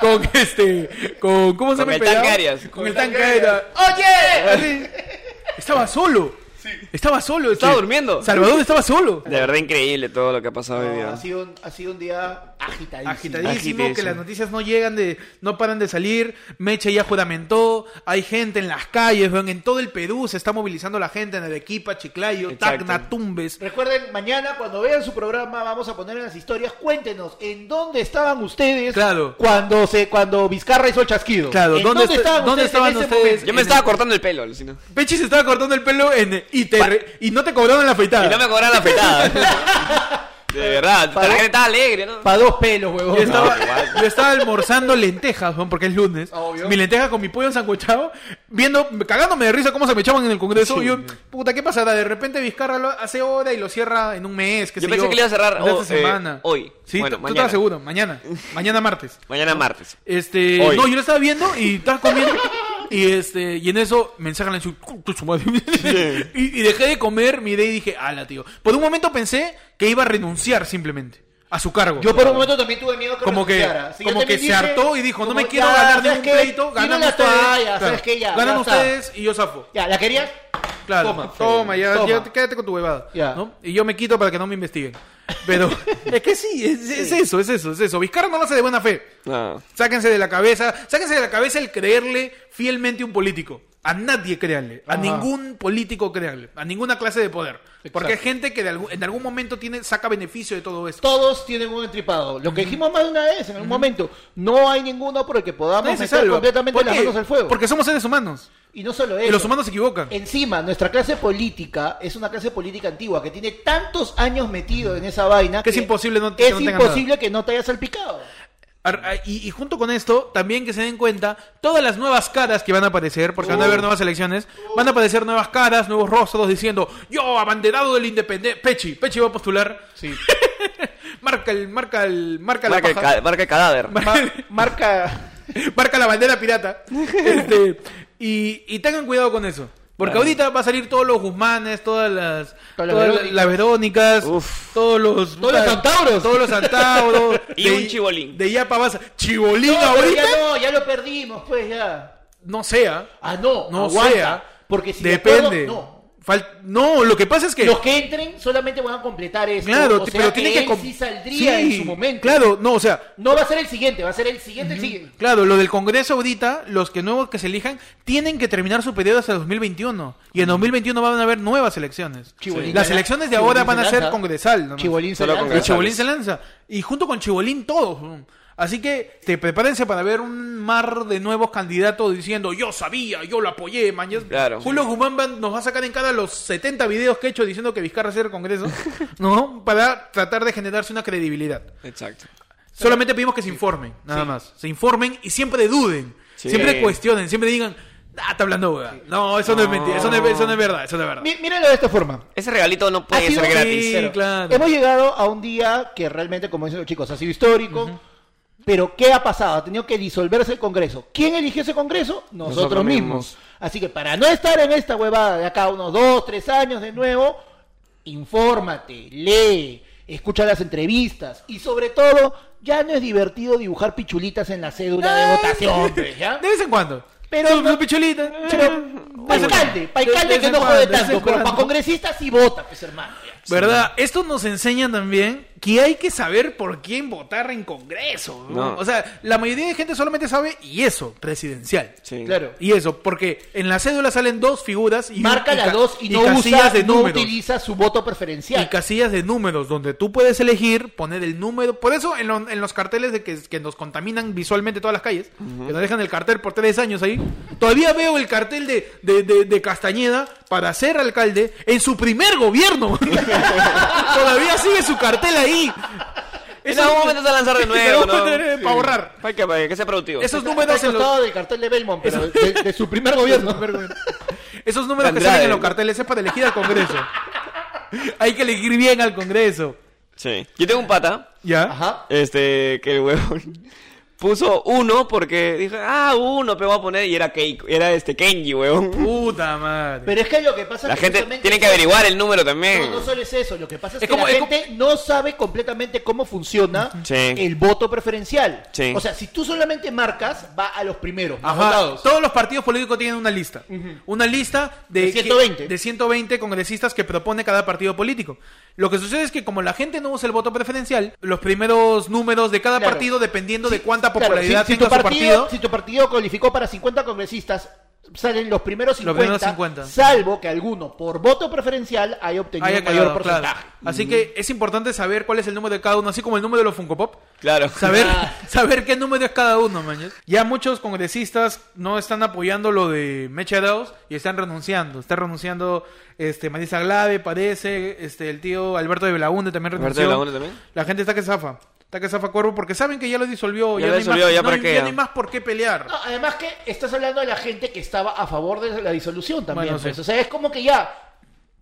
S1: con este. Con, ¿Cómo se
S2: Con
S1: llama
S2: el
S1: pelado?
S2: tanque Arias.
S1: Con, el tanque Arias. ¡Oye! Estaba solo. Estaba solo. este.
S2: Estaba durmiendo. [laughs]
S1: Salvador estaba solo.
S2: De verdad increíble todo lo que ha pasado hoy
S3: No,
S2: día.
S3: ha, sido un, ha sido un día agitadísimo.
S1: Agitadísimo,
S2: Agitadísimo.
S1: que las noticias no llegan de, no paran de salir, Meche ya juramentó, hay gente en las calles, weón, en todo el Perú se está movilizando la gente, en Arequipa, Chiclayo,
S2: Exacto.
S1: Tacna, Tumbes,
S3: Recuerden, mañana cuando vean su programa vamos a poner en las historias, cuéntenos en dónde estaban ustedes
S1: Claro.
S3: cuando se cuando Vizcarra hizo el chasquido.
S1: Claro,
S3: ¿En
S1: ¿dónde
S3: dónde,
S1: est-
S3: estaban
S1: dónde
S3: ustedes en
S1: estaban
S3: ese
S1: ustedes?
S3: momento?
S2: Yo me
S1: en
S2: estaba
S1: el-
S2: cortando el pelo, Lucino.
S1: Pechi se estaba cortando el pelo en, eh, y, te re- y no te cobraron la
S2: Y
S1: afeitada.
S2: no me cobraron la afeitada. [laughs] De verdad, la
S3: Para-
S2: gente estaba alegre, ¿no?
S3: Pa' dos pelos, huevón.
S1: Yo estaba,
S2: No, igual.
S1: yo estaba almorzando lentejas, weón, porque es lunes.
S3: Obvio.
S1: Mi lenteja con mi pollo ensanguchado, viendo, cagándome de risa cómo se me echaban en el Congreso. y yo, puta, ¿qué pasará? De repente Vizcarra lo hace hora y lo cierra en un mes, qué
S2: Yo
S1: sé
S2: pensé que le iba a cerrar
S1: Hasta
S2: ho-
S1: esta
S2: eh,
S1: semana.
S2: hoy.
S1: Sí, tú-
S2: Bueno,
S1: tú
S2: mañana.
S1: estabas seguro, mañana. Mañana martes.
S2: Mañana martes.
S1: Este,
S2: Hoy.
S1: no, yo lo estaba viendo y estaba comiendo. Y este, y en eso me encerran en su, tu- su madre. [laughs] Y, y dejé de comer, miré y dije, ala, tío. Por un momento pensé que iba a renunciar simplemente a su cargo.
S3: Yo por un momento también tuve miedo que
S1: Como que-
S3: renunciara. yo
S1: como
S3: también
S1: que se hartó y dijo, no me quiero ganar
S3: ¿sabes
S1: ningún
S3: qué?
S1: pleito,
S3: Tiro
S1: ganan
S3: la
S1: ustedes.
S3: toalla,
S1: Claro.
S3: ¿sabes qué? Ya,
S1: ganan
S3: ya está.
S1: ustedes y yo zafo.
S3: Ya, ¿la querías?
S1: Claro.
S3: Toma.
S1: Toma, ya,
S3: Toma.
S1: ya te- quédate con tu huevada.
S3: Ya.
S1: ¿no? Y yo me quito para que no me investiguen. Pero [laughs] es que sí, es, es eso, es eso, es eso. Vizcarra no lo hace de buena fe.
S2: No.
S1: Sáquense de la cabeza, sáquense de la cabeza el creerle fielmente a un político. A nadie créanle, a
S3: Ajá.
S1: ningún político créanle, a ninguna clase de poder. Porque hay gente que de algún- en algún momento tiene, saca beneficio de todo esto.
S3: Todos tienen un entripado. Lo que dijimos más de una vez en algún momento. No hay ninguno por el que podamos
S1: Nadie se
S3: meter
S1: salva.
S3: completamente
S1: ¿Por
S3: las
S1: qué?
S3: manos al fuego.
S1: Porque somos seres humanos.
S3: Y no solo
S1: Y
S3: eso.
S1: los humanos se equivocan.
S3: Encima, nuestra clase política es una clase política antigua que tiene tantos años metido en esa vaina
S1: Que es imposible no- que
S3: es
S1: no tengan
S3: imposible que no te haya salpicado.
S1: Ar- ah, Y, y junto con esto, también que se den cuenta todas las nuevas caras que van a aparecer, porque van a haber
S2: Uh.
S1: nuevas elecciones, van a aparecer nuevas caras, nuevos rostros diciendo, yo, abanderado del independiente, Pechi, Pechi va a postular,
S3: Sí.
S1: [laughs] marca el, marca el, marca, la
S2: Marca el,
S1: paja.
S2: ca- marca el cadáver.
S3: marca
S1: [laughs] Marca la bandera pirata. Este, y, y tengan cuidado con eso. Porque ahorita va a salir todos los Guzmanes, todas las, todas
S3: Todas las Verónicas.
S1: las, Verónicas,
S2: Uf.
S1: todos los
S3: Todos los Santauros.
S1: todos los Santauros,
S3: [laughs]
S2: Y un
S1: de-
S2: Chibolín.
S1: De Yapa vas a- Chibolín
S3: No, pero
S1: ahorita
S3: ya no, ya lo perdimos, pues ya.
S1: no sea,
S3: Ah, no,
S1: no
S3: aguanta,
S1: sea,
S3: porque si de
S1: depende.
S3: acuerdo, no.
S1: Fal- no, lo que pasa es que
S3: Los que entren solamente van a completar esto.
S1: claro,
S3: o
S1: t-
S3: sea
S1: pero tiene que,
S3: él
S1: com-
S3: sí saldría
S1: Sí,
S3: en su momento.
S1: Claro, no, o sea,
S3: No va a ser el siguiente, va a ser el siguiente, el siguiente.
S1: Claro, lo del Congreso ahorita, los que nuevos que se elijan, tienen que terminar su periodo hasta 2021. Y en 2021 van a haber nuevas elecciones.
S3: Chibolín
S1: Las
S3: se la-
S1: elecciones de ahora
S3: Chibolín
S1: van
S3: se
S1: a ser
S3: lanza.
S1: congresal. nomás.
S3: Chibolín se
S2: Solo
S3: lanza.
S1: Y
S2: congresal.
S1: Chibolín se lanza. Y junto con Chibolín todos. Así que te prepárense para ver un mar de nuevos candidatos diciendo yo sabía, yo lo apoyé, mañana.
S2: Claro.
S1: Julio Guzmán va- nos va a sacar en cara los 70 videos que he hecho diciendo que Vizcarra es el Congreso, [laughs] ¿no? Para tratar de generarse una credibilidad.
S2: Exacto.
S1: Solamente pedimos que se informen, nada más. Se informen y siempre duden.
S2: Sí.
S1: Siempre cuestionen, siempre digan, ah, está hablando hueá. No, eso no, es mentira, eso no es, eso no es verdad, eso no es verdad.
S3: Mí- Mírenlo de esta forma.
S2: Ese regalito no
S3: Ha
S2: puede
S3: sido-
S2: ser gratis.
S1: Ah, Sí,
S3: Pero
S1: claro.
S3: Hemos llegado a un día que realmente, como dicen los chicos, ha sido histórico. Pero ¿qué ha pasado? Ha tenido que disolverse el Congreso. ¿Quién eligió ese Congreso? Nosotros,
S2: Nosotros
S3: mismos.
S2: mismos.
S3: Así que para no estar en esta huevada de acá unos dos, tres años de nuevo, infórmate, lee, escucha las entrevistas y sobre todo, ya no es divertido dibujar pichulitas en la cédula de
S1: Ay,
S3: votación. pues, ¿ya?
S1: De vez en cuando.
S3: Pero
S1: Su-
S3: no-
S1: su pichulita.
S3: Pero, pa'
S1: Bueno,
S3: alcalde, pa'
S1: de-
S3: alcalde
S1: de
S3: que
S1: vez
S3: no
S1: en
S3: jode
S1: cuando, de vez en
S3: tanto, pero para
S1: cuando.
S3: congresista sí vota, pues hermano. ya.
S1: ¿Verdad? Esto nos enseña también que hay que saber por quién votar en Congreso. ¿no?
S2: No.
S1: O sea, la mayoría de gente solamente sabe y eso, presidencial.
S2: Sí.
S3: Claro.
S1: Y eso, porque en la cédula salen dos figuras y
S3: marca
S1: y
S3: las
S1: ca-
S3: dos y, no
S1: casillas
S3: usa,
S1: de
S3: no
S1: números.
S3: utiliza su voto
S1: Y
S3: preferencial.
S1: casillas de números, donde tú puedes elegir, poner el número. Por eso en, lo- en los carteles de que, que nos contaminan visualmente todas las calles, que nos dejan el cartel por tres años ahí, todavía veo el cartel de, de, de- de Castañeda para ser alcalde en su primer gobierno. [laughs] todavía sigue su cartel ahí.
S2: En algún momento se va a
S1: [laughs]
S2: lanzar de
S1: En
S2: nuevo,
S1: algún
S2: ¿no?
S1: momento, eh, Para ahorrar.
S2: Para que, para que sea productivo.
S1: Esos
S3: Está
S1: números en los-
S3: costado del cartel de Belmont, pero de, de su primer
S1: [laughs]
S3: gobierno.
S1: Esos números que
S2: Andrade.
S1: salen en los carteles es para elegir al Congreso. Hay que elegir bien al Congreso.
S2: Sí. Yo tengo un pata,
S1: ¿Ya?
S3: Ajá.
S2: este, que el huevón [laughs] puso uno porque dije, ah, uno, pero voy a poner, y era, Keiko, era este Kenji, huevón.
S1: Puta madre.
S3: Pero es que lo que pasa
S2: La
S3: es que
S2: gente
S3: justamente-
S2: tiene que averiguar el número también.
S3: No, no solo es eso, lo que pasa es,
S1: Es
S3: que
S1: como-
S3: la
S1: es como-
S3: gente no sabe completamente cómo funciona
S2: Sí.
S3: el voto preferencial.
S2: Sí.
S3: O sea, si tú solamente marcas, va a los primeros, más
S1: Ajá.
S3: votados.
S1: Todos los partidos políticos tienen una lista. Una lista de,
S3: De 120.
S1: de 120 congresistas que propone cada partido político. Lo que sucede es que como la gente no usa el voto preferencial, los primeros números de cada
S3: Claro.
S1: partido, dependiendo de cuánta
S3: Claro,
S1: popularidad
S3: si, si
S1: tenga
S3: tu
S1: su
S3: partido,
S1: partido,
S3: si tu partido calificó para 50 congresistas, salen los primeros 50,
S1: Los primeros 50.
S3: salvo que alguno por voto preferencial haya obtenido
S1: haya
S3: un mayor
S1: quedado, claro.
S3: porcentaje.
S1: Así que es importante saber cuál es el número de cada uno, así como el número de los Funko Pop.
S2: Claro.
S1: Saber,
S3: Ah.
S1: [laughs] saber qué número es cada uno, mañas. Ya muchos congresistas no están apoyando lo de Mecha Daos y están renunciando. Está renunciando este Marisa Glave, parece, este el tío Alberto de Belaunde también
S2: Alberto
S1: renunció.
S2: de Belaunde también.
S1: La gente está que zafa. Está que zafa cuervo porque saben que ya lo disolvió,
S2: Ya
S1: ya,
S2: lo
S1: no,
S2: disolvió,
S1: hay más,
S2: ya
S1: no
S2: para
S1: hay-
S2: qué,
S1: ya
S2: ya.
S1: no hay más por qué pelear.
S3: No, además que estás hablando de la gente que estaba a favor de la disolución también.
S1: Bueno, sí.
S3: pues. O sea, es como que ya,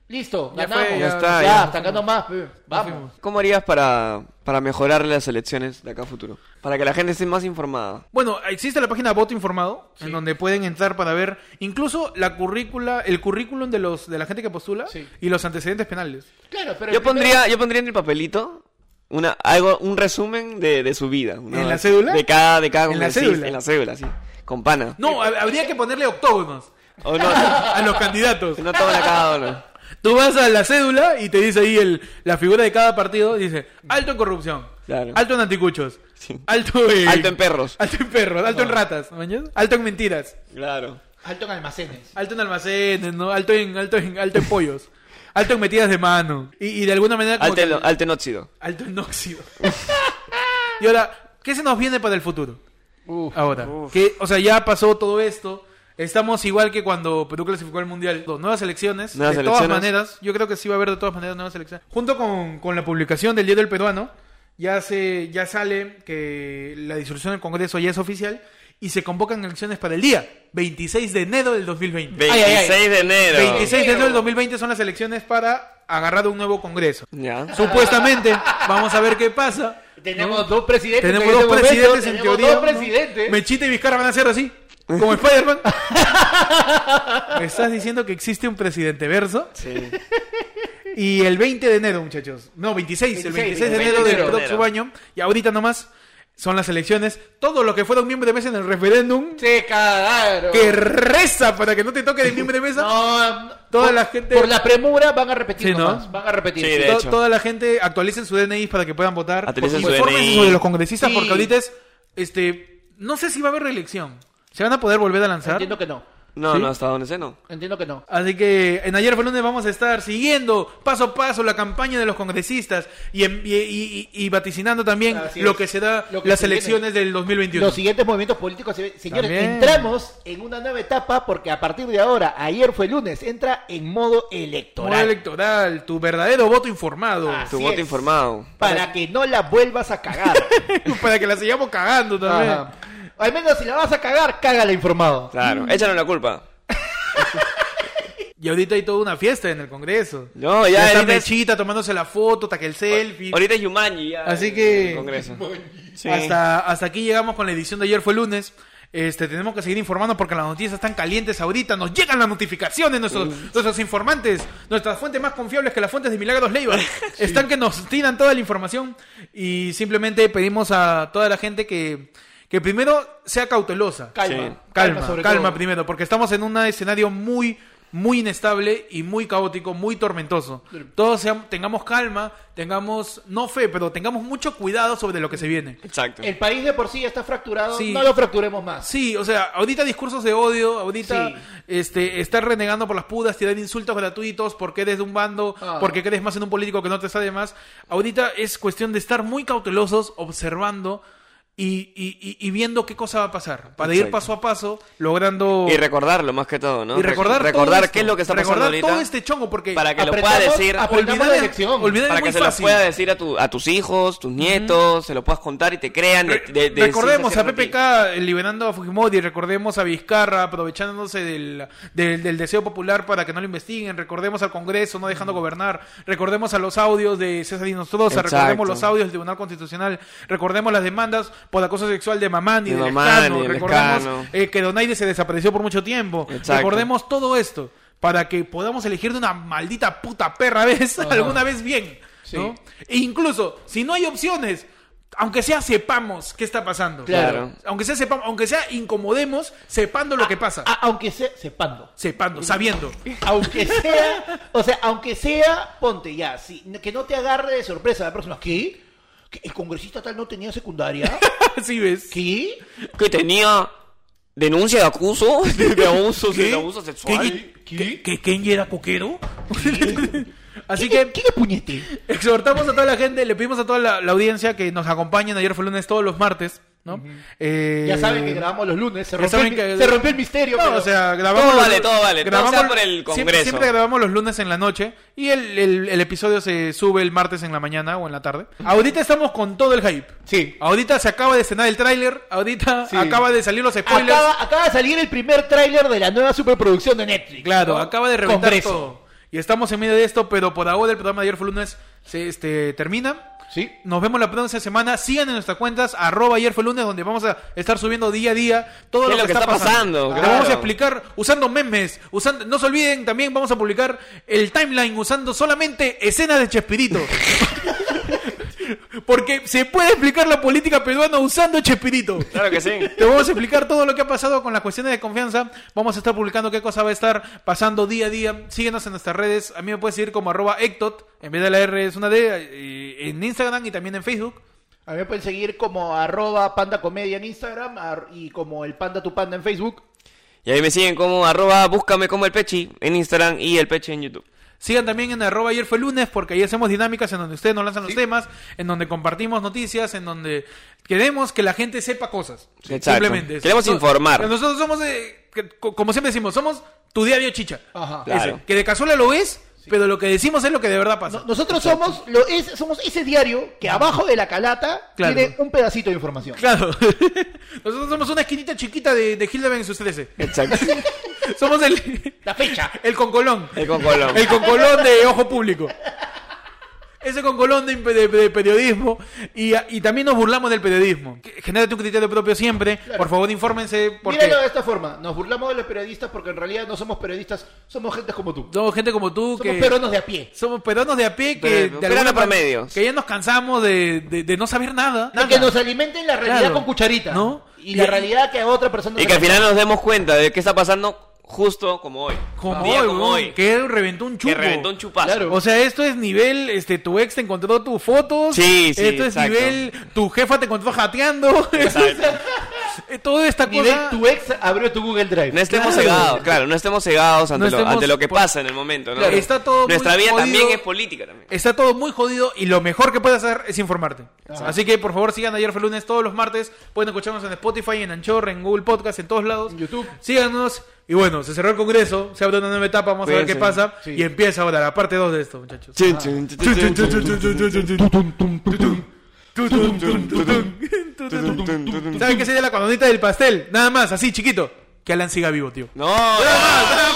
S3: listo,
S1: Ya
S3: ganamos.
S1: fue, ya-
S3: ya,
S2: está,
S3: ya,
S2: ya.
S3: hasta acá nomás, pe, vamos.
S2: [laughs] ¿Cómo harías para, para mejorar las elecciones de acá a futuro? Para que la gente esté más informada.
S1: Bueno, existe la página Voto Informado, en donde pueden entrar para ver incluso la currícula, el currículum de los de la gente que postula
S3: Sí.
S1: y los antecedentes penales.
S3: Claro, pero
S2: Yo
S3: el primero-
S2: pondría, yo pondría en el papelito una, algo, un resumen de, de su vida. una-
S1: ¿En la cédula?
S2: De cada, de cada
S1: ¿En la
S2: congresista,
S1: cédula?
S2: En la cédula, sí. Con pana.
S1: No, ha-
S2: eh,
S1: habría que ponerle octógonos
S2: O no,
S1: a los candidatos.
S2: no toman a cada uno.
S1: Tú vas a la cédula y te dice ahí el, la figura de cada partido, dice alto en corrupción,
S2: Claro.
S1: alto en anticuchos,
S2: Sí.
S1: alto, en,
S2: [laughs] Alto en perros.
S1: alto en perros, alto en ratas, ¿mañas? alto en mentiras,
S2: Claro.
S3: Alto en almacenes.
S1: alto en almacenes, ¿no? alto en, alto en, alto en pollos, alto en metidas de mano. Y, y de alguna manera como
S2: Alto,
S1: que-
S2: en- alto en óxido.
S1: alto en óxido. [laughs] y ahora, ¿qué se nos viene para el futuro? ahora, que, o sea, ya pasó todo esto. Estamos igual que cuando Perú clasificó al Mundial. Nuevas elecciones.
S2: Nuevas
S1: de todas
S2: elecciones.
S1: maneras, yo creo que sí va a haber de todas maneras nuevas elecciones. Junto con, con la publicación del Diario del Peruano, ya, se, ya sale que la disolución del Congreso ya es oficial y se convocan elecciones para el día 26 de enero del 2020.
S2: 26
S3: ay, ay.
S2: de enero.
S1: 26 de enero del 2020 son las elecciones para agarrar un nuevo Congreso.
S2: Ya.
S1: Supuestamente, vamos a ver qué pasa.
S3: Tenemos dos presidentes.
S1: Tenemos
S3: en
S1: dos
S3: este
S1: presidentes
S3: momento,
S1: en
S3: tenemos
S1: teoría.
S3: dos
S1: ¿no?
S3: presidentes.
S1: Mechita y Vizcarra van a ser así, como Spider-Man.
S3: [laughs]
S1: Me estás diciendo que existe un presidente verso.
S2: Sí.
S1: Y el 20 de enero, muchachos. No, 26, el 26 de enero del
S3: 26 de enero.
S1: próximo año. Y ahorita nomás son las elecciones. Todos los que fueron miembro de mesa en el referéndum,
S3: Se cagaron.
S1: que reza para que no te toque de miembro de mesa.
S3: No, no,
S1: Toda
S3: por-
S1: la gente-
S3: Por la premura van a repetir
S1: Sí, ¿no?
S3: nomás, Van a repetir.
S2: Sí, de
S1: To-
S2: hecho.
S1: Toda la gente actualicen su DNI para que puedan votar.
S2: Actualicen
S1: Y
S2: su
S1: infórmense
S2: DNI.
S1: sobre los congresistas
S3: Sí.
S1: porque ahorita es, este, no sé si va a haber reelección. ¿Se van a poder volver a lanzar?
S3: Entiendo que no.
S2: No,
S1: ¿Sí?
S2: no, hasta donde sé, no.
S3: Entiendo que no.
S1: Así que en ayer fue lunes vamos a estar siguiendo paso a paso la campaña de los congresistas y, en- y, y- y- y vaticinando también
S3: Así
S1: lo
S3: es.
S1: que se da
S3: Lo que
S1: las
S3: se viene.
S1: elecciones del 2021.
S3: Los siguientes movimientos políticos, se- señores,
S1: También.
S3: entramos en una nueva etapa porque a partir de ahora, ayer fue lunes, entra en modo electoral.
S1: Modo electoral, tu verdadero voto informado.
S3: Ah,
S1: [laughs]
S2: Tu
S3: Así
S2: voto
S3: es.
S2: informado.
S3: Para que no la vuelvas a cagar.
S1: Para que la sigamos cagando [laughs] también.
S3: Ajá. Al menos si la vas a cagar, cágala informado.
S2: Claro,
S1: Mm.
S2: échale la culpa.
S1: Y ahorita hay toda una fiesta en el Congreso.
S2: No, ya,
S1: ya está
S2: ahorita es-
S1: Mechita tomándose la foto, taca el selfie.
S2: Ahorita es Yumanji ya.
S1: Así
S2: en
S1: que-
S2: el Congreso. Sí.
S1: Hasta, hasta aquí llegamos con la edición de ayer fue lunes. Este, tenemos que seguir informando porque las noticias están calientes ahorita. Nos llegan las notificaciones, nuestros, nuestros informantes, nuestras fuentes más confiables que las fuentes de Milagros
S3: [laughs]
S1: Leiva. Están que nos tiran toda la información y simplemente pedimos a toda la gente que, que primero sea cautelosa.
S3: Calma.
S2: Sí.
S1: Calma, calma,
S3: sobre todo.
S1: primero, porque estamos en un escenario muy, muy inestable y muy caótico, muy tormentoso. Todos seam- tengamos calma, tengamos, no fe, pero tengamos mucho cuidado sobre lo que se viene.
S2: Exacto.
S3: El país de por sí ya está fracturado,
S1: Sí.
S3: no lo fracturemos más.
S1: Sí, o sea, ahorita discursos de odio, ahorita
S3: Sí.
S1: este, estar renegando por las pudas, tirar insultos gratuitos porque eres de un bando,
S3: Ah.
S1: porque crees más en un político que no te sabe más. Ahorita es cuestión de estar muy cautelosos, observando y, y- y- y viendo qué cosa va a pasar, para ir
S2: Exacto.
S1: paso a paso, logrando...
S2: Y recordarlo más que todo, ¿no?
S1: y recordar,
S2: Rec-
S1: todo
S2: recordar
S1: esto,
S2: qué es lo que está pasando
S1: recordar
S2: ahorita.
S1: todo este chongo, porque
S2: Para que lo
S3: Apretamos-
S2: pueda decir.
S3: apretamos
S1: olvidar
S3: la
S1: es-
S3: elección.
S1: olvidar es
S2: Para
S1: muy
S2: que se lo
S1: fácil.
S2: pueda decir a, tu, a tus hijos, tus nietos, se lo puedas contar y te crean. de- de- de-
S1: recordemos a
S2: ciencia cierta
S1: PPK liberando a Fujimori, recordemos a Vizcarra aprovechándose del, del, del deseo popular para que no lo investiguen, recordemos al Congreso no dejando gobernar, recordemos a los audios de César Dinostroza,
S2: Exacto.
S1: recordemos los audios del Tribunal Constitucional, recordemos las demandas por acoso sexual de Mamani,
S2: De
S1: de del
S2: Mamani,
S1: Escano,
S2: del
S1: recordemos
S2: Escano.
S1: eh, que Donaire se desapareció por mucho tiempo,
S2: Exacto.
S1: recordemos todo esto para que podamos elegir de una maldita puta perra vez, alguna vez bien. ¿no? E incluso, si no hay opciones, aunque sea sepamos qué está pasando.
S2: Claro.
S1: Aunque sea sepamos, aunque sea incomodemos, sepando lo que pasa.
S3: A- aunque sea, sepando.
S1: Sepando, sabiendo.
S3: Aunque sea, o sea, aunque sea, ponte ya, si, que no te agarre de sorpresa la próxima. ¿Qué? ¿Que ¿El congresista tal no
S1: [laughs]
S3: tenía secundaria?
S1: Así ves.
S3: ¿Qué?
S2: que- Que tenía denuncia
S1: [laughs]
S2: de acuso, de abuso, de abuso sexual.
S1: ¿Qué- qué- ¿Que Kenji era coquero? [laughs] Así que
S3: ¿Quién es- ¿Quién es puñete?
S1: exhortamos a toda la gente, le pedimos a toda la, la audiencia que nos acompañen. Ayer fue lunes, todos los martes, ¿no? Eh,
S3: Ya saben que grabamos los lunes, se
S1: Ya
S3: rompió,
S1: saben
S3: el,
S1: que-
S3: se rompió el misterio.
S1: No,
S3: pero-
S1: o sea, grabamos.
S2: Todo
S1: los-
S2: vale, todo vale. Todo sea por el
S1: siempre-
S2: Congreso.
S1: Siempre, grabamos los lunes en la noche y el, el- el episodio se sube el martes en la mañana o en la tarde. Ahorita estamos con todo el hype.
S3: Sí.
S1: Ahorita se acaba de cenar el tráiler. Ahorita
S3: Sí.
S1: acaba de salir los spoilers.
S3: Acaba, acaba de salir el primer tráiler de la nueva superproducción de Netflix.
S1: Claro,
S3: ¿no?
S1: acaba de reventar
S3: Congreso.
S1: todo. Y estamos en medio de esto, pero por ahora el programa de ayer fue lunes se este, termina.
S3: Sí.
S1: Nos vemos la próxima semana. Sigan en nuestras cuentas, arroba ayer fue lunes, donde vamos a estar subiendo día a día todo
S2: ¿Qué
S1: lo,
S2: es
S1: que, está, pasando. Lo
S2: Claro.
S1: vamos a explicar usando memes. Usando, no se olviden, también vamos a publicar el timeline usando solamente escenas de Chespirito. [laughs] Porque se puede explicar la política peruana usando Chespirito.
S2: Claro que sí.
S1: Te vamos a explicar todo lo que ha pasado con las cuestiones de confianza. Vamos a estar publicando qué cosa va a estar pasando día a día. Síguenos en nuestras redes. A mí me puedes seguir como arroba Ectot. En vez de la R es una D. eh, En Instagram y también en Facebook.
S3: A mí me pueden seguir como arroba panda comedia en Instagram ar- y como el panda tu panda en Facebook.
S2: Y ahí me siguen como arroba búscame como el pechi en Instagram y el pechi en YouTube.
S1: Sigan también en arroba ayer fue lunes porque ahí hacemos dinámicas en donde ustedes nos lanzan los temas, en donde compartimos noticias, en donde queremos que la gente sepa cosas.
S2: Exacto. Queremos
S1: No-
S2: informar.
S1: Nosotros somos, eh, que- co- como siempre decimos, somos tu diario chicha.
S3: Ajá.
S2: Claro.
S1: Ese, que de casualidad lo es, pero lo que decimos es lo que de verdad pasa.
S3: No- nosotros somos, lo es, somos ese diario que abajo de la calata
S1: Claro.
S3: tiene un pedacito de información.
S1: Claro. [laughs] Nosotros somos una esquinita chiquita de, de Hildebrand en sus 13.
S2: Exacto. [laughs]
S1: Somos el, [laughs]
S3: La fecha.
S1: el concolón.
S2: El con Colón.
S1: El concolón de ojo público. Ese concolón de, de- de periodismo. Y, y también nos burlamos del periodismo. Genérate un criterio propio siempre. Por favor, infórmense. Porque
S3: Míralo de esta forma. Nos burlamos de los periodistas porque en realidad no somos periodistas, somos gentes como tú.
S1: somos gente como tú
S3: Somos
S1: que.
S3: peruanos de a pie.
S1: Somos peruanos de a pie que. de
S2: Pero- peruano
S1: alguna-
S2: promedio.
S1: Que ya nos cansamos de, de- de no saber nada.
S3: De
S1: nada.
S3: Que nos alimenten la realidad
S1: Claro.
S3: con cucharita.
S1: ¿No?
S3: Y la
S1: Y-
S3: realidad que a otra persona
S2: Y
S3: no
S2: que al
S3: le-
S2: final nos demos cuenta de qué está pasando justo como hoy.
S1: Como
S2: Un día
S1: hoy,
S2: como
S1: weón,
S2: hoy.
S1: Que reventó un chupo.
S2: Que reventó un chupazo.
S3: Claro.
S1: O sea, esto es nivel, este, tu ex te encontró tus fotos.
S2: Sí, sí,
S1: Esto es
S2: exacto.
S1: nivel, tu jefa te encontró jateando. [laughs]
S2: Exacto.
S1: eh, toda esta
S3: Nivel
S1: cosa.
S3: tu ex abrió tu Google Drive.
S2: No estemos
S1: Claro.
S2: cegados, claro, no estemos cegados ante,
S1: No
S2: lo,
S1: estemos
S2: ante lo que
S1: por-
S2: pasa en el momento. ¿no?
S1: Claro, está todo muy
S2: Nuestra vida
S1: jodido.
S2: también es política también.
S1: Está todo muy jodido y lo mejor que puedes hacer es informarte. Así que por favor sigan ayer fue lunes todos los martes. Pueden escucharnos en Spotify, en Anchor, en Google Podcast, en todos lados.
S3: YouTube.
S1: Síganos. Y bueno, se cerró el congreso, se abre una nueva etapa, vamos a ver
S2: Cuídense.
S1: qué pasa.
S3: Sí.
S1: Y empieza ahora la parte 2 de esto, muchachos. ¿Saben qué sería la coronita del pastel? Nada más, así chiquito. Que Alan siga vivo, tío.
S2: No, no, no.